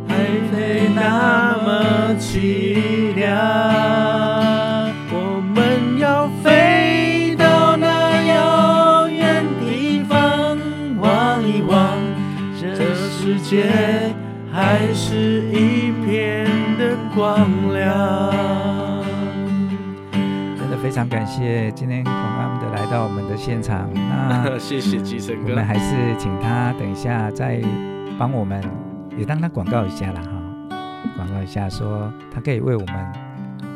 B: 还没那么凄凉。我们要飞到那遥远地方，望一望这世界还是一片的光亮。
A: 真的非常感谢今天孔阿姆的来到我们的现场。那
B: 谢谢吉生
A: 我
B: 哥
A: 们，还是请他等一下再帮我们，也让他广告一下啦哈，广告一下说他可以为我们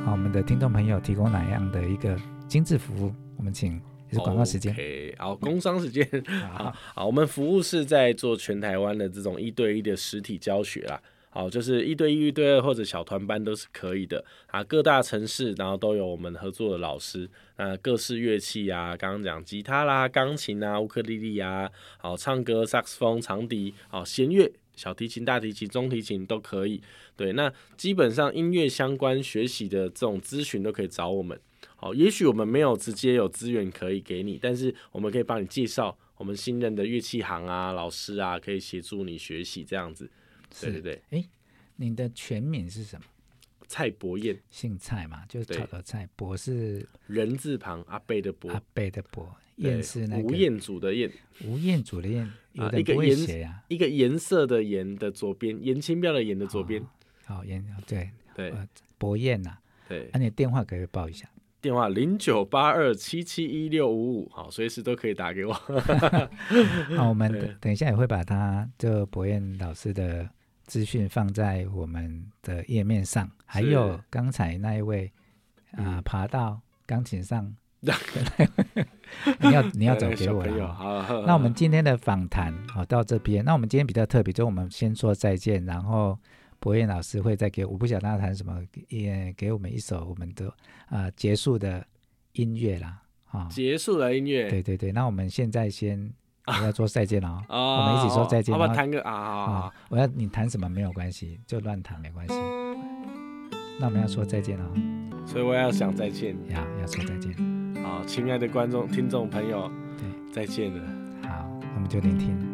A: 啊我们的听众朋友提供哪样的一个精致服务？我们请也是广告时间。
B: OK，好，工商时间。
A: 好，
B: 哦好，我们服务是在做全台湾的这种一对一的实体教学啦。好，就是一对一、一对二或者小团班都是可以的啊。各大城市然后都有我们合作的老师，那各式乐器啊，刚刚讲吉他啦、钢琴啊、乌克丽丽啊，好，唱歌、萨克斯风、长笛，好，弦乐。小提琴、大提琴、中提琴都可以，对，那基本上音乐相关学习的这种咨询都可以找我们。好，也许我们没有直接有资源可以给你，但是我们可以帮你介绍我们信任的乐器行啊、老师啊，可以协助你学习这样子。对对
A: 是
B: 对，
A: 你的全名是什么？
B: 蔡伯燕，
A: 姓蔡嘛，就是
B: 对
A: 草头蔡，博是
B: 人字旁，阿贝的伯，
A: 阿贝的博，
B: 对
A: 燕是那个
B: 吴彦祖的燕，
A: 吴彦祖的燕，有的
B: 一
A: 人
B: 个
A: 不会
B: 颜
A: 写啊呀、
B: 一个颜色的颜的左边，颜清标的颜的左边。
A: 好哦燕对
B: 对
A: 呃博燕呐、
B: 对
A: 那、，你的电话可不可以报一下？
B: 电话零九八二七七一六五五，好，随时都可以打给我。
A: 那我们
B: 对
A: 等等一下也会把他这博彦老师的资讯放在我们的页面上，还有
B: 是
A: 刚才那一位啊、
B: 嗯
A: 爬到钢琴上 的那位，你要你要找给我
B: 小朋友
A: 了。
B: 好，好
A: 那我们
B: 好
A: 今天的访谈好到这边，那我们今天比较特别，就我们先说再见，然后博彦老师会再给我不晓得他弹什么，也给我们一首我们的啊、呃结束的音乐啦，啊、
B: 结束了音乐，
A: 对对对，那我们现在先我要说再见了哦，
B: 啊，
A: 我们一起说再见，
B: 好不
A: 然
B: 好？
A: 后
B: 弹个啊啊啊
A: 啊！我要你弹什么没有关系，就乱弹没关系。那我们要说再见了哦，
B: 啊，所以我要想再见。
A: 要要说再见，
B: 好，亲爱的观众、听众朋友，
A: 对，
B: 再见了。
A: 好，我们就聆听。